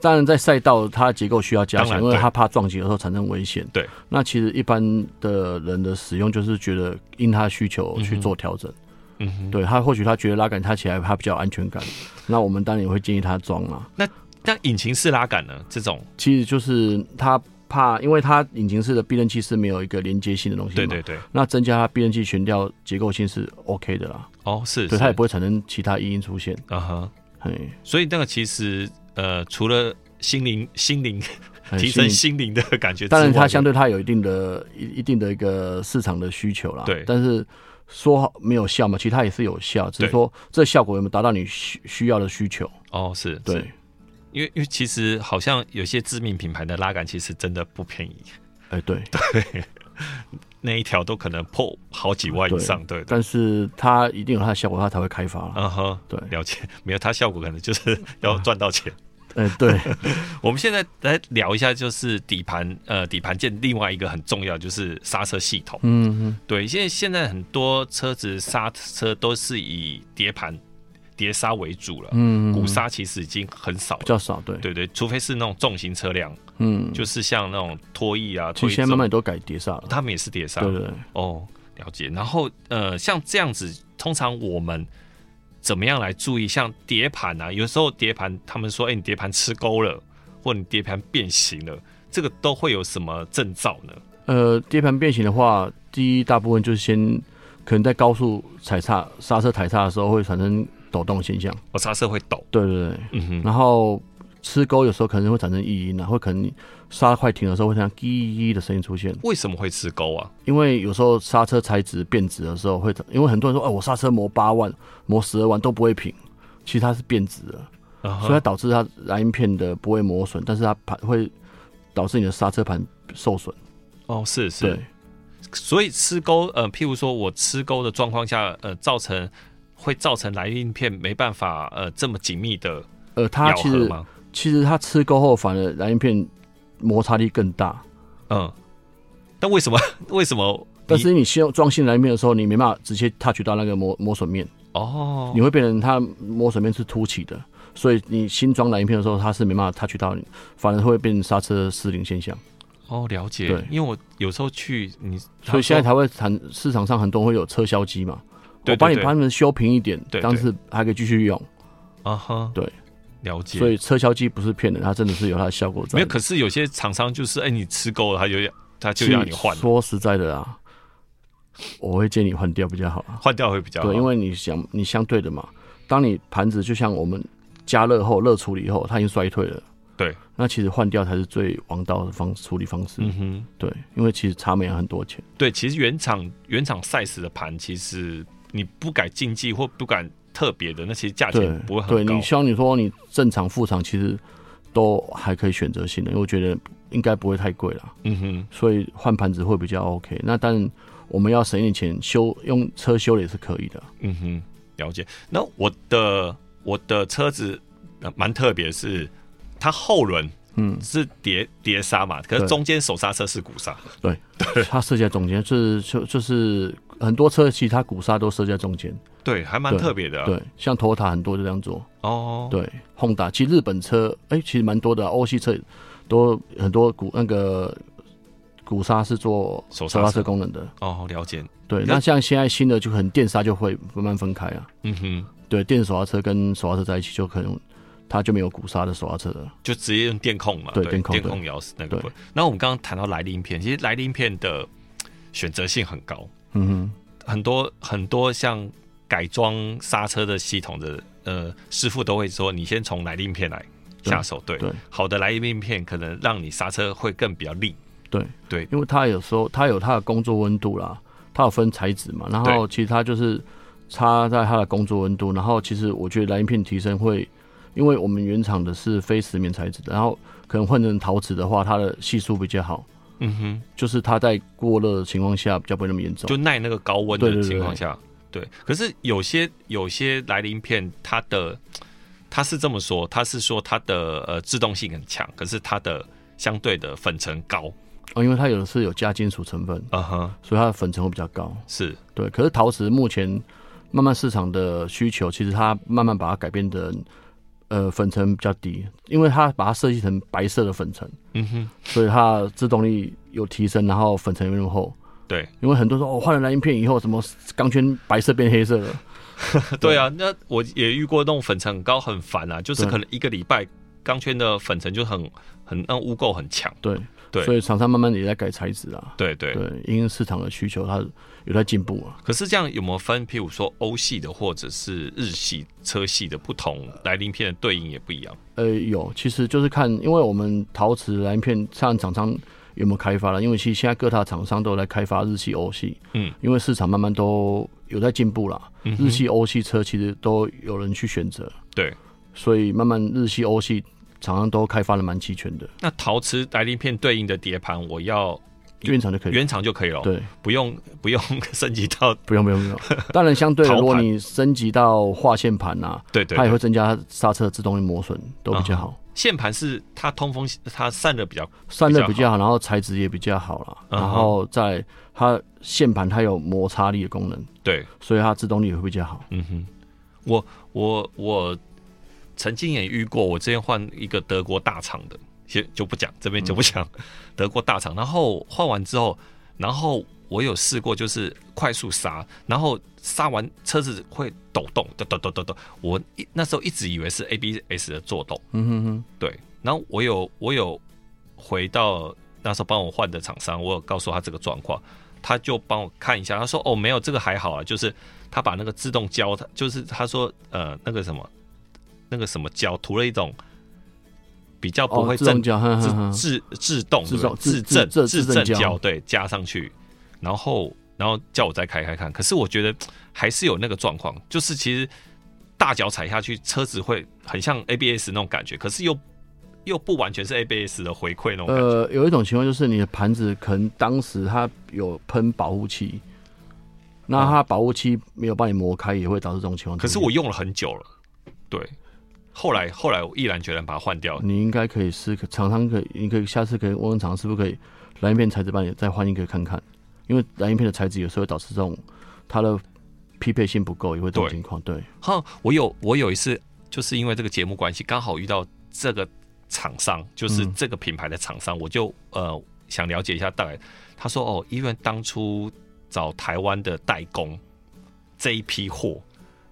Speaker 4: 当然在赛道，它的结构需要加
Speaker 3: 当
Speaker 4: 强，
Speaker 3: 然
Speaker 4: 因为
Speaker 3: 对
Speaker 4: 它怕撞击的时候产生危险。
Speaker 3: 对，
Speaker 4: 那其实一般的人的使用就是觉得因他需求去做调整。
Speaker 3: 嗯哼，
Speaker 4: 对他，或许他觉得拉杆他起来他比较有安全感，那我们当然也会建议他装啦。
Speaker 3: 但引擎式拉杆呢？这种
Speaker 4: 其实就是他怕，因为它引擎式的避震器是没有一个连接性的东西嘛，
Speaker 3: 对对对，
Speaker 4: 那增加它避震器悬吊结构性是 OK 的啦，
Speaker 3: 哦是，
Speaker 4: 对，它也
Speaker 3: 是
Speaker 4: 不会产生其他异音出现。
Speaker 3: 啊哈，
Speaker 4: 嘿，
Speaker 3: 所以那个其实呃，除了心灵心灵
Speaker 4: 嘿
Speaker 3: 提升
Speaker 4: 哎心
Speaker 3: 心灵的感觉之外，
Speaker 4: 理当然它相对它有一定的一一定的一个市场的需求啦，
Speaker 3: 对
Speaker 4: 但是。说好没有效嘛，其实它也是有效，只是说这效果有没有达到你需需要的需求？
Speaker 3: 哦是，
Speaker 4: 对
Speaker 3: 是，因为因为其实好像有些知名品牌的拉杆其实真的不便宜，
Speaker 4: 哎、对，
Speaker 3: 那一条都可能破好几万以上，对的。
Speaker 4: 但是它一定有它的效果，它才会开发啦。
Speaker 3: 嗯哼，
Speaker 4: 对
Speaker 3: 了解， 没有它效果可能就是要赚到钱。
Speaker 4: 哎、对，
Speaker 3: 我们现在来聊一下，就是底盘，呃，底盘件另外一个很重要就是刹车系统。
Speaker 4: 嗯嗯，
Speaker 3: 对，现在现在很多车子刹车都是以碟盘、碟刹为主了，
Speaker 4: 嗯
Speaker 3: 鼓刹其实已经很少
Speaker 4: 比
Speaker 3: 了。
Speaker 4: 较少，对，
Speaker 3: 对对，除非是那种重型车辆，
Speaker 4: 嗯，
Speaker 3: 就是像那种拖曳啊，
Speaker 4: 其
Speaker 3: 拖
Speaker 4: 实
Speaker 3: 曳
Speaker 4: 现在慢慢
Speaker 3: 这种
Speaker 4: 也都改碟刹了，
Speaker 3: 哦他们也是碟刹。
Speaker 4: 对对对。
Speaker 3: 哦，了解。然后呃，像这样子，通常我们怎么样来注意？像碟盘啊，有时候碟盘他们说，哎、你碟盘吃钩了，或你碟盘变形了，这个都会有什么征兆呢？
Speaker 4: 呃，碟盘变形的话，第一大部分就是先可能在高速踩刹、刹车踩刹的时候会产生抖动现象。
Speaker 3: 我刹车会抖，
Speaker 4: 对对对，
Speaker 3: 嗯哼，
Speaker 4: 然后吃钩有时候可能会产生异音啊，会可能刹快停的时候会产生“滴”的声音出现，
Speaker 3: 为什么会吃钩啊？
Speaker 4: 因为有时候刹车材质变质的时候会，因为很多人说，哦，我刹车磨八万、磨十二万都不会平，其实它是变质的，
Speaker 3: 啊
Speaker 4: 所以它导致它燃音片的不会磨损，但是它盘会导致你的刹车盘受损。
Speaker 3: 哦，是是，
Speaker 4: 对，
Speaker 3: 所以吃钩，呃，譬如说我吃钩的状况下，呃，造成会造成来硬片没办法呃这么紧密的
Speaker 4: 呃，它
Speaker 3: 咬
Speaker 4: 其
Speaker 3: 合
Speaker 4: 实。
Speaker 3: 吗？
Speaker 4: 其实它吃够后，反而燃烟片摩擦力更大。
Speaker 3: 嗯，但为什么 为什么你？
Speaker 4: 但是你先装新燃烟片的时候，你没办法直接 touch 到那个磨磨损面，
Speaker 3: 哦
Speaker 4: 你，会变成它磨损面是凸起的，所以你新装燃烟片的时候，它是没办法 touch 到你，反而会变成刹车失灵现象。
Speaker 3: 哦，了解
Speaker 4: 对。
Speaker 3: 因为我有时候去你，
Speaker 4: 所以现在
Speaker 3: 他
Speaker 4: 才会谈市场上很多人会有车销机嘛，
Speaker 3: 对对
Speaker 4: 我帮你
Speaker 3: 对
Speaker 4: 把它们修平一点
Speaker 3: 对，
Speaker 4: 但是还可以继续用。
Speaker 3: 说啊哈，
Speaker 4: 对，
Speaker 3: 了解。
Speaker 4: 所以车销机不是骗人，它真的是有它的效果在。
Speaker 3: 没有，可是有些厂商就是，哎、你吃够了，他就要他就
Speaker 4: 其实
Speaker 3: 要你换，
Speaker 4: 说实在的啊，我会建议你换掉比较好啊。
Speaker 3: 换掉会比较好。
Speaker 4: 对，因为你想，你相对的嘛，当你盘子就像我们加热后、热处理后，它已经衰退了。
Speaker 3: 对，
Speaker 4: 那其实换掉才是最王道的方处理方式。
Speaker 3: 嗯哼，
Speaker 4: 对，因为其实差没很多钱。
Speaker 3: 对，其实原厂原厂 size 的盘，其实你不改竞技或不改特别的，那其实价
Speaker 4: 对
Speaker 3: 钱不会，
Speaker 4: 对
Speaker 3: 很高
Speaker 4: 你。像你说你正常副厂其实都还可以选择性的，因为我觉得应该不会太贵啦，
Speaker 3: 嗯哼，
Speaker 4: 所以换盘子会比较 OK。那当然我们要省一点钱修，用车修的也是可以的。
Speaker 3: 嗯哼，了解。那我的我的车子呃蛮、特别，是它后轮
Speaker 4: 嗯，
Speaker 3: 是碟碟刹嘛，可是
Speaker 4: 对
Speaker 3: 中间手刹车是鼓刹。
Speaker 4: 它设计在中间，就是就就是很多车其实它鼓刹都设计在中间。
Speaker 3: 对，还蛮
Speaker 4: 对
Speaker 3: 特别的、啊。
Speaker 4: 对，像 Toyota 很多就这样做。
Speaker 3: 哦，
Speaker 4: 对，Honda 其实日本车，哎、其实蛮多的啊，欧系车也都很多鼓那个鼓刹是做
Speaker 3: 手刹
Speaker 4: 手刹
Speaker 3: 车
Speaker 4: 车功能的。
Speaker 3: 哦，了解。
Speaker 4: 对，
Speaker 3: 那
Speaker 4: 那像现在新的就很电刹就会慢慢分开啊。
Speaker 3: 嗯哼，
Speaker 4: 对，电手刹车跟手刹车在一起就可能它就没有鼓刹的手刹车了。
Speaker 3: 就直接用电控嘛，
Speaker 4: 对电控对
Speaker 3: 摇那个
Speaker 4: 对
Speaker 3: 部分。那我们刚刚谈到来临片，其实来临片的嘖选择性很高，
Speaker 4: 嗯哼，
Speaker 3: 很多很多像改装刹车的系统的呃师傅都会说，你先从来令片来
Speaker 4: 对
Speaker 3: 下手，对，
Speaker 4: 对
Speaker 3: 好的来令片可能让你刹车会更比较利，
Speaker 4: 对
Speaker 3: 对
Speaker 4: 因为它有时候它有它的工作温度啦，它有分材质嘛，然后其实它就是插在它的工作温度，然后其实我觉得蓝银片提升会，因为我们原厂的是非石棉材质的，然后可能换成陶瓷的话，它的系数比较好，
Speaker 3: 嗯哼，
Speaker 4: 就是它在过热的情况下比较不会那么严重
Speaker 3: 就。耐那个高温
Speaker 4: 对
Speaker 3: 的
Speaker 4: 对对
Speaker 3: 情况下，对可是有些有些来临片，它的它是这么说，它是说它的呃制动性很强，可是它的相对的粉尘高，
Speaker 4: 哦，因为它有的是有加金属成分，
Speaker 3: 嗯哼，
Speaker 4: 所以它的粉尘会比较高。
Speaker 3: 是
Speaker 4: 对，可是陶瓷目前慢慢市场的需求，其实它慢慢把它改变的，呃，粉尘比较低，因为它把它设计成白色的粉尘，
Speaker 3: 嗯哼，
Speaker 4: 所以它的制动力有提升，然后粉尘也没那么厚。
Speaker 3: 对，
Speaker 4: 因为很多人说哦，换了蓝银片以后，什么钢圈白色变黑色了，
Speaker 3: 对啊，那我也遇过那种粉尘很高很烦啊，就是
Speaker 4: 对
Speaker 3: 可能一个礼拜钢圈的粉尘就很很那污垢很强，
Speaker 4: 对
Speaker 3: 对
Speaker 4: 所以厂商慢慢也在改材质啊，
Speaker 3: 对对。
Speaker 4: 对，因为市场的需求它有在进步啊。
Speaker 3: 可是这样有没有分？譬如说欧系的或者是日系车系的不同，来临片的对应也不一样。
Speaker 4: 呃，有，其实就是看，因为我们陶瓷蓝银片看厂商有没有开发了，因为其实现在各大厂商都有在开发日系、欧系，
Speaker 3: 嗯，
Speaker 4: 因为市场慢慢都有在进步啦，
Speaker 3: 嗯哼
Speaker 4: 日系、欧系车其实都有人去选择，
Speaker 3: 对，
Speaker 4: 所以慢慢日系、欧系厂商都开发的蛮齐全的，
Speaker 3: 那陶瓷来临片对应的碟盘，我要
Speaker 4: 原厂就可以。
Speaker 3: 原厂就可以了，
Speaker 4: 对，
Speaker 3: 不用 不用升级到
Speaker 4: 不用不用不用。当然，相对的，
Speaker 3: 陶盘
Speaker 4: 如果你升级到划线盘啊，
Speaker 3: 对对啊
Speaker 4: 它也
Speaker 3: 对
Speaker 4: 会增加刹车自动力磨损，都比较好，
Speaker 3: 线盘是它通风它散热比较
Speaker 4: 散热
Speaker 3: 比
Speaker 4: 比
Speaker 3: 较
Speaker 4: 较好，然后材质也比较好啦。
Speaker 3: 嗯哼
Speaker 4: 然后在它线盘它有摩擦力的功能，
Speaker 3: 对，
Speaker 4: 所以它制动力也会比较好。
Speaker 3: 嗯哼，我我我曾经也遇过，我之前换一个德国大厂的，先就不讲，这
Speaker 4: 嗯
Speaker 3: 边就不讲、 德国大厂。然后换完之后，然后我有试过，就是快速刹，然后刹完车子会抖动，抖抖抖抖抖。我一那时候一直以为是 ABS 的作动，
Speaker 4: 嗯哼哼，
Speaker 3: 对。然后我有我有回到那时候帮我换的厂商，我有告诉他这个状况，他就帮我看一下，他说哦没有这个还好啊，就是他把那个自动胶，他就是他说呃那个什么那个什么胶涂了一种比较不
Speaker 4: 哦，
Speaker 3: 会
Speaker 4: 自
Speaker 3: 震
Speaker 4: 动胶，哼
Speaker 3: 自
Speaker 4: 哼哼
Speaker 3: 自自动
Speaker 4: 自动
Speaker 3: 自
Speaker 4: 自
Speaker 3: 正
Speaker 4: 自
Speaker 3: 自
Speaker 4: 自
Speaker 3: 正
Speaker 4: 正胶
Speaker 3: 胶对加上去，然后然后叫我再开开看，可是我觉得还是有那个状况，就是其实大脚踩下去，车子会很像 ABS 那种感觉，可是又又不完全是 ABS 的回馈那种感觉，
Speaker 4: 呃，有一种情况就是你的盘子可能当时它有喷保护漆，那它保护漆没有帮你磨开，也会导致这种情况
Speaker 3: 啊
Speaker 4: 出
Speaker 3: 可
Speaker 4: 现。
Speaker 3: 是我用了很久了，对，后来后来我毅然决然把它换掉，
Speaker 4: 你应该可以试，厂商可以，你可以下次可以问问厂商是不是可以蓝银片材质帮你再换一个看看，因为蓝银片的材质有时候会导致这种它的匹配性不够，也会这种
Speaker 3: 对
Speaker 4: 情况。对，
Speaker 3: 哈，我有我有一次就是因为这个节目关系，刚好遇到这个厂商，就是
Speaker 4: 嗯
Speaker 3: 这个品牌的厂商，我就呃想了解一下大概。他说哦，因为当初找台湾的代工这一批货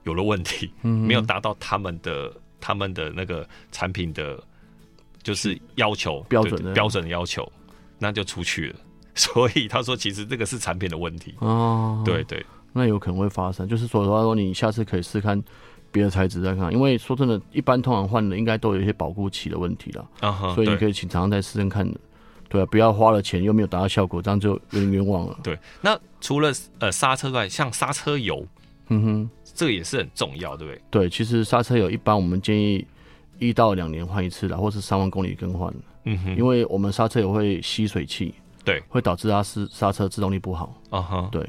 Speaker 3: 有了问题，
Speaker 4: 嗯
Speaker 3: 没有达到他们的他们的那个产品的，就是要求
Speaker 4: 标准的
Speaker 3: 对标准的要求，那就出去了。 所以他说，其实这个是产品的问题。
Speaker 4: 哦，
Speaker 3: 对，对，
Speaker 4: 那有可能会发生。就是所以说，你下次可以试看别的材质再看，因为说真的，一般通常换的应该都有一些保护期的问题了，
Speaker 3: 啊哈，
Speaker 4: 所以你
Speaker 3: 对
Speaker 4: 可以请厂商再试试看。对啊，不要花了钱又没有达到效果，这样就有点冤枉了。
Speaker 3: 对，那除了呃刹车之外，像刹车油，
Speaker 4: 嗯哼，
Speaker 3: 这个也是很重要，对不对？
Speaker 4: 对，其实刹车油一般我们建议一到两年换一次啦，或是三万公里更换。
Speaker 3: 嗯哼，
Speaker 4: 因为我们刹车油会吸水汽，
Speaker 3: 对，
Speaker 4: 会导致它是刹车制动力不好，
Speaker 3: 啊哈，
Speaker 4: 对，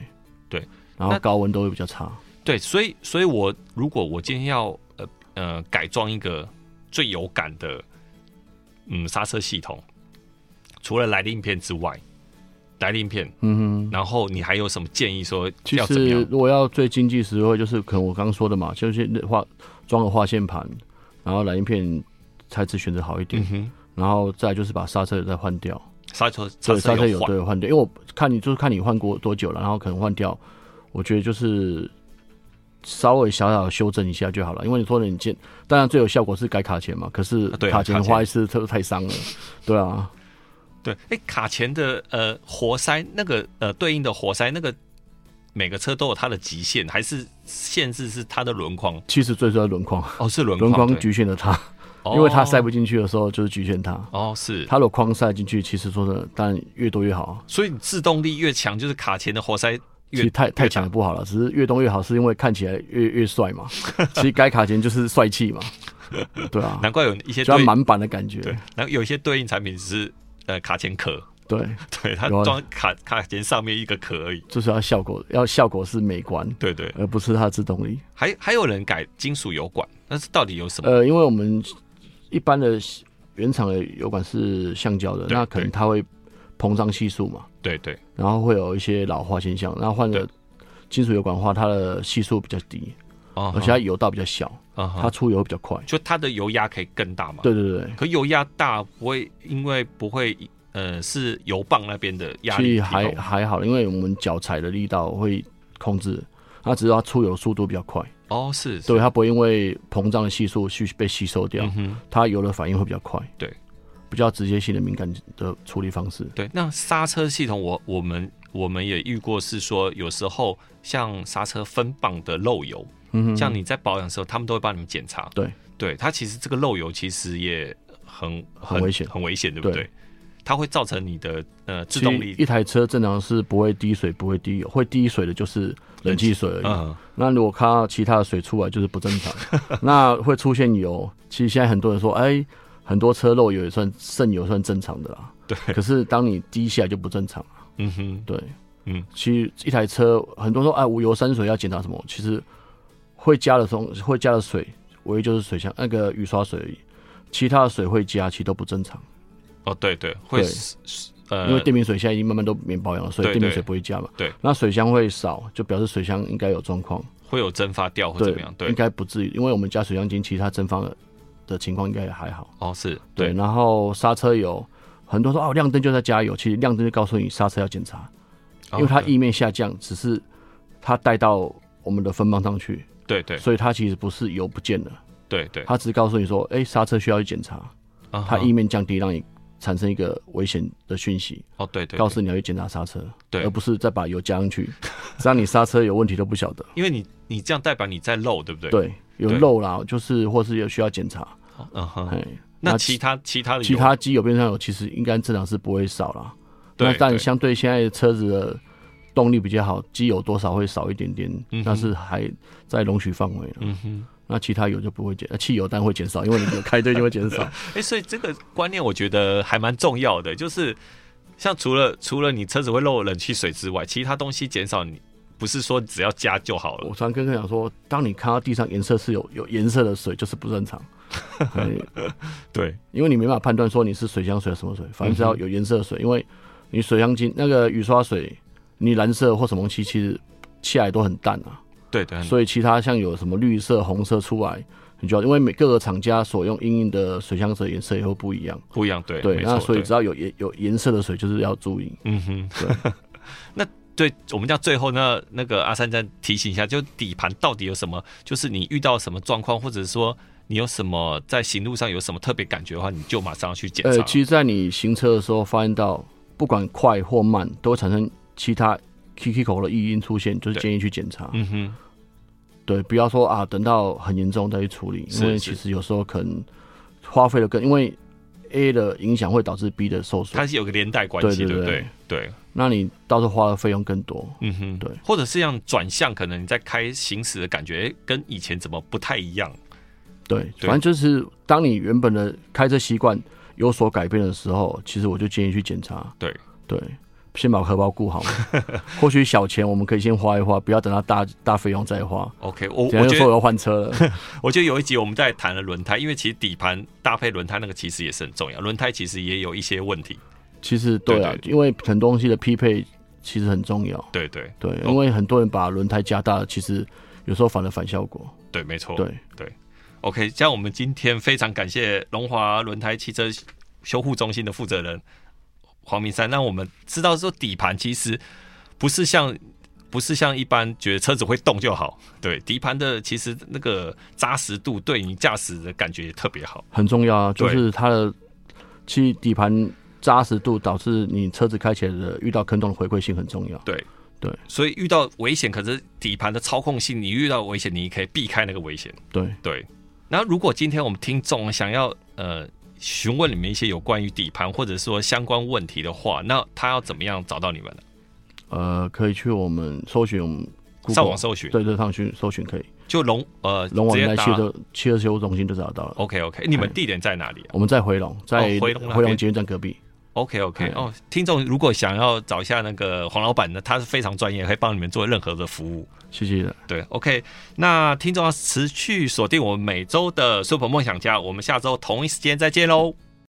Speaker 3: 对，
Speaker 4: 然后
Speaker 3: 那
Speaker 4: 高温都会比较差，
Speaker 3: 对，所以所以我如果我今天要呃呃改装一个最有感的嗯刹车系统，除了来令片之外，来令片，
Speaker 4: 嗯哼。
Speaker 3: 然后你还有什么建议说
Speaker 4: 其
Speaker 3: 要怎么
Speaker 4: 实
Speaker 3: 样？
Speaker 4: 如果要最经济实惠，就是可能我刚刚说的嘛，就是画装个划线盘，然后蓝银片材质选择好一点，
Speaker 3: 嗯哼，
Speaker 4: 然后再就是把刹车油再换掉，
Speaker 3: 刹车刹
Speaker 4: 对，刹
Speaker 3: 车
Speaker 4: 车
Speaker 3: 油
Speaker 4: 油
Speaker 3: 换，
Speaker 4: 对换掉，因为我看你就是看你换过多久了，然后可能换掉，我觉得就是。稍微小小的修正一下就好了，因为你说的你见，当然最有效果是改卡钳嘛，可是
Speaker 3: 啊对啊
Speaker 4: 卡钳
Speaker 3: 卡钳
Speaker 4: 花一次太太伤了，对啊，
Speaker 3: 对，哎，卡钳的呃活塞那个呃对应的活塞那个每个车都有它的极限，还是限制是它的轮框？
Speaker 4: 其实最主要轮框，
Speaker 3: 哦，是轮
Speaker 4: 轮
Speaker 3: 框，
Speaker 4: 框
Speaker 3: 对
Speaker 4: 局限了它，
Speaker 3: 哦
Speaker 4: 因为它塞不进去的时候就是局限它。
Speaker 3: 哦，是，
Speaker 4: 它的框塞进去，其实说的，当然越多越好啊。
Speaker 3: 所以自动力越强，就是卡钳的活塞
Speaker 4: 其
Speaker 3: 越
Speaker 4: 实太太
Speaker 3: 越大
Speaker 4: 强也不好了，只是越动越好，是因为看起来越越 帅嘛。其实该卡钳就是帅气嘛，对啊，
Speaker 3: 难怪有一些
Speaker 4: 就要
Speaker 3: 对
Speaker 4: 满版的感觉。
Speaker 3: 对，然后有一些对应产品只是呃卡钳壳，
Speaker 4: 对，
Speaker 3: 对，它
Speaker 4: 有啊
Speaker 3: 装卡卡钳上面一个壳而已。
Speaker 4: 就是要效果，要效果是美观，
Speaker 3: 对对，
Speaker 4: 而不是它的制动力。
Speaker 3: 还还有人改金属油管，但是到底有什么？
Speaker 4: 呃，因为我们一般的原厂的油管是橡胶的，
Speaker 3: 对
Speaker 4: 那可能它会膨胀系数嘛，
Speaker 3: 对对，
Speaker 4: 然后会有一些老化现象。那换了
Speaker 3: 对
Speaker 4: 金属油管的话，它的系数比较低，
Speaker 3: 哦
Speaker 4: 而且它油道比较小，
Speaker 3: 啊哈
Speaker 4: 它出油比较快。
Speaker 3: 就它的油压可以更大嘛？
Speaker 4: 对对对，
Speaker 3: 可油压大不会，因为不会，呃，是油泵那边的压
Speaker 4: 其
Speaker 3: 力提
Speaker 4: 实还
Speaker 3: 高
Speaker 4: 还好，因为我们脚踩的力道会控制，它只是它出油速度比较快，
Speaker 3: 哦，是，是
Speaker 4: 对，它不会因为膨胀的系数去被吸收掉，
Speaker 3: 嗯哼，
Speaker 4: 它油的反应会比较快，
Speaker 3: 对，
Speaker 4: 比较直接性的敏感的处理方式。
Speaker 3: 对。那刹车系统我，我们我们也遇过，是说有时候像刹车分泵的漏油，
Speaker 4: 嗯哼，
Speaker 3: 像你在保养的时候，他们都会帮你们检查。
Speaker 4: 对，
Speaker 3: 对，它其实这个漏油其实也很
Speaker 4: 很危险
Speaker 3: 很危险，对不对？
Speaker 4: 对
Speaker 3: 它会造成你的呃制动
Speaker 4: 其实一
Speaker 3: 力，
Speaker 4: 台车正常是不会滴水，不会滴油，会滴水的就是冷气水而已。
Speaker 3: 嗯，
Speaker 4: 那如果它其他的水出来就是不正常， 那会出现油。其实现在很多人说，哎、很多车漏油也算渗油算正常的啦。
Speaker 3: 对，
Speaker 4: 可是当你滴下来就不正常。
Speaker 3: 嗯哼，
Speaker 4: 对，
Speaker 3: 嗯，
Speaker 4: 其实一台车很多人说，哎，无油山水要检查什么？其实会加的东会加的水，唯一就是水箱那个雨刷水而已，其他的水会加，其实都不正常。
Speaker 3: 哦，对对，会
Speaker 4: 对
Speaker 3: 是是呃，
Speaker 4: 因为电瓶水现在已经慢慢都免保养了，所以
Speaker 3: 对
Speaker 4: 电瓶
Speaker 3: 对
Speaker 4: 水不会加嘛。
Speaker 3: 对，
Speaker 4: 那水箱会少，就表示水箱应该有状况。
Speaker 3: 会有蒸发掉或怎
Speaker 4: 对
Speaker 3: 么样，，对
Speaker 4: 应，该不至于，因为我们加水箱精，其实它蒸发的的情况应该也还好。
Speaker 3: 哦，是
Speaker 4: 对，，然后刹车油，很多人说哦亮灯就在加油，其实亮灯就告诉你刹车要检查，因为它
Speaker 3: 哦
Speaker 4: 液面下降，只是它带到我们的分泵上去，
Speaker 3: 对对
Speaker 4: 所以它其实不是油不见了，
Speaker 3: 对对，
Speaker 4: 它只是告诉你说，哎，刹车需要去检查，
Speaker 3: 啊哈
Speaker 4: 它液面降低，让你产生一个危险的讯息，
Speaker 3: 哦对对，
Speaker 4: 告
Speaker 3: 对
Speaker 4: 诉你要去检查刹车，
Speaker 3: 对
Speaker 4: 而不是再把油加上去， 这样你刹车有问题都不晓得。
Speaker 3: 因为你你这样代表你在漏，对不对？，
Speaker 4: 对，有
Speaker 3: 对
Speaker 4: 漏啦，就是或是有需要检查，
Speaker 3: 嗯哼。
Speaker 4: 哎。
Speaker 3: 那其他其他的
Speaker 4: 其
Speaker 3: 油
Speaker 4: 他机油变速箱油其实应该正常是不会少啦。
Speaker 3: 对
Speaker 4: 那但
Speaker 3: 对
Speaker 4: 相对现在的车子的动力比较好，机油多少会少一点点，
Speaker 3: 嗯哼
Speaker 4: 但是还在容许范围了。
Speaker 3: 嗯哼，
Speaker 4: 那其他油就不会减，呃汽油当然会减少，因为你有开对就会 减少。
Speaker 3: 哎、所以这个观念我觉得还蛮重要的，就是像除了除了你车子会漏冷气水之外，其他东西减少你，不是说只要加就好
Speaker 4: 我
Speaker 3: 了。
Speaker 4: 常跟客人讲说，当你看到地上颜色是有有颜色的水，就是不 正常。哎
Speaker 3: 对，
Speaker 4: 因为你没办法判断说你是水箱水还是什么水，反
Speaker 3: 嗯
Speaker 4: 正只要有颜色的水，因为你水箱精那个雨刷水，你蓝色或什么东西其实下来都很淡啊。
Speaker 3: 对对，
Speaker 4: 所以其他像有什么绿色、红色出来，你就要因为每各个厂家所用应用的水箱水颜色也会不一样。
Speaker 3: 不一样，对，
Speaker 4: 对，
Speaker 3: 没
Speaker 4: 那
Speaker 3: 错，
Speaker 4: 所以
Speaker 3: 对
Speaker 4: 只要有颜有颜色的水，就是要注意。
Speaker 3: 嗯哼， 那对我们家最后呢，那个阿三再提醒一下，就底盘到底有什么，就是你遇到什么状况，或者说你有什么在行路上有什么特别感觉的话，你就马上去检查。
Speaker 4: 呃，其实，在你行车的时候，发现到不管快或慢，都会产生其他 K K 口的异音出现，就是
Speaker 3: 对
Speaker 4: 建议去检查。
Speaker 3: 嗯哼，
Speaker 4: 对，不要说啊，等到很严重再去处理，
Speaker 3: 是
Speaker 4: 因
Speaker 3: 是
Speaker 4: 为其实有时候可能花费了更，因为 A 的影响会导致 B 的受损
Speaker 3: 它，是有个连带关系，对
Speaker 4: 对对
Speaker 3: 不对
Speaker 4: 对？
Speaker 3: 对，
Speaker 4: 那你到时候花的费用更多。
Speaker 3: 嗯哼，
Speaker 4: 对
Speaker 3: 或者是像转向，可能你在开行驶的感觉诶跟以前怎么不太一样？
Speaker 4: 对，
Speaker 3: 对
Speaker 4: 反正就是当你原本的开车习惯有所改变的时候，其实我就建议去检查。
Speaker 3: 对
Speaker 4: 对，先把荷包顾 好嘛。或许小钱我们可以先花一花，不要等到大大费用再花。
Speaker 3: OK，我
Speaker 4: 等
Speaker 3: 我
Speaker 4: 下就
Speaker 3: 觉
Speaker 4: 说我
Speaker 3: 得
Speaker 4: 要换 车了，
Speaker 3: 我觉得有一集我们在谈了轮胎，因为其实底盘搭配轮胎那个其实也是很重要，轮胎其实也有一些问题。
Speaker 4: 其实对啊，
Speaker 3: 对
Speaker 4: 因为很多东西的匹配其实很重要。
Speaker 3: 对对
Speaker 4: 对，
Speaker 3: 哦
Speaker 4: 因为很多人把轮胎加大，其实有时候反而反效果。
Speaker 3: 对，没错。
Speaker 4: 对，
Speaker 3: OK，像我们今天非常感谢龙华轮胎汽车修护中心的负责人黄明山，让我们知道说底盘其实不是像不是像一般觉得车子会动就好，对底盘的其实那个扎实度对你驾驶的感觉也特别好。
Speaker 4: 很重要啊，就
Speaker 3: 对
Speaker 4: 是它的其实底盘扎实度导致你车子开起来的遇到坑洞的回馈性很重要。
Speaker 3: 对
Speaker 4: 对，
Speaker 3: 所以遇到危险，可是底盘的操控性，你遇到危险，你可以避开那个危险。
Speaker 4: 对，
Speaker 3: 对。那如果今天我们听众想要呃询问你们一些有关于底盘或者说相关问题的话，那他要怎么样找到你们呢？
Speaker 4: 呃，可以去我们搜寻我们 Google,
Speaker 3: 上网搜寻，
Speaker 4: 对对，上去搜寻可以，
Speaker 3: 就龙呃
Speaker 4: 龙网
Speaker 3: 直接
Speaker 4: 在
Speaker 3: 打
Speaker 4: 汽车汽车修复中心就找得到了。
Speaker 3: OK OK，你们
Speaker 4: 哎
Speaker 3: 地点在哪里啊
Speaker 4: 我们在回龙，在
Speaker 3: 哦回龙那边
Speaker 4: 回龙捷运站隔壁。
Speaker 3: ？OK OK
Speaker 4: 哎
Speaker 3: 哦，听众如果想要找一下那个黄老板呢，他是非常专业，可以帮你们做任何的服务。
Speaker 4: 谢谢。
Speaker 3: 对，OK，那听众要持续锁定我们每周的 Super 梦想家，我们下周同一时间再见喽，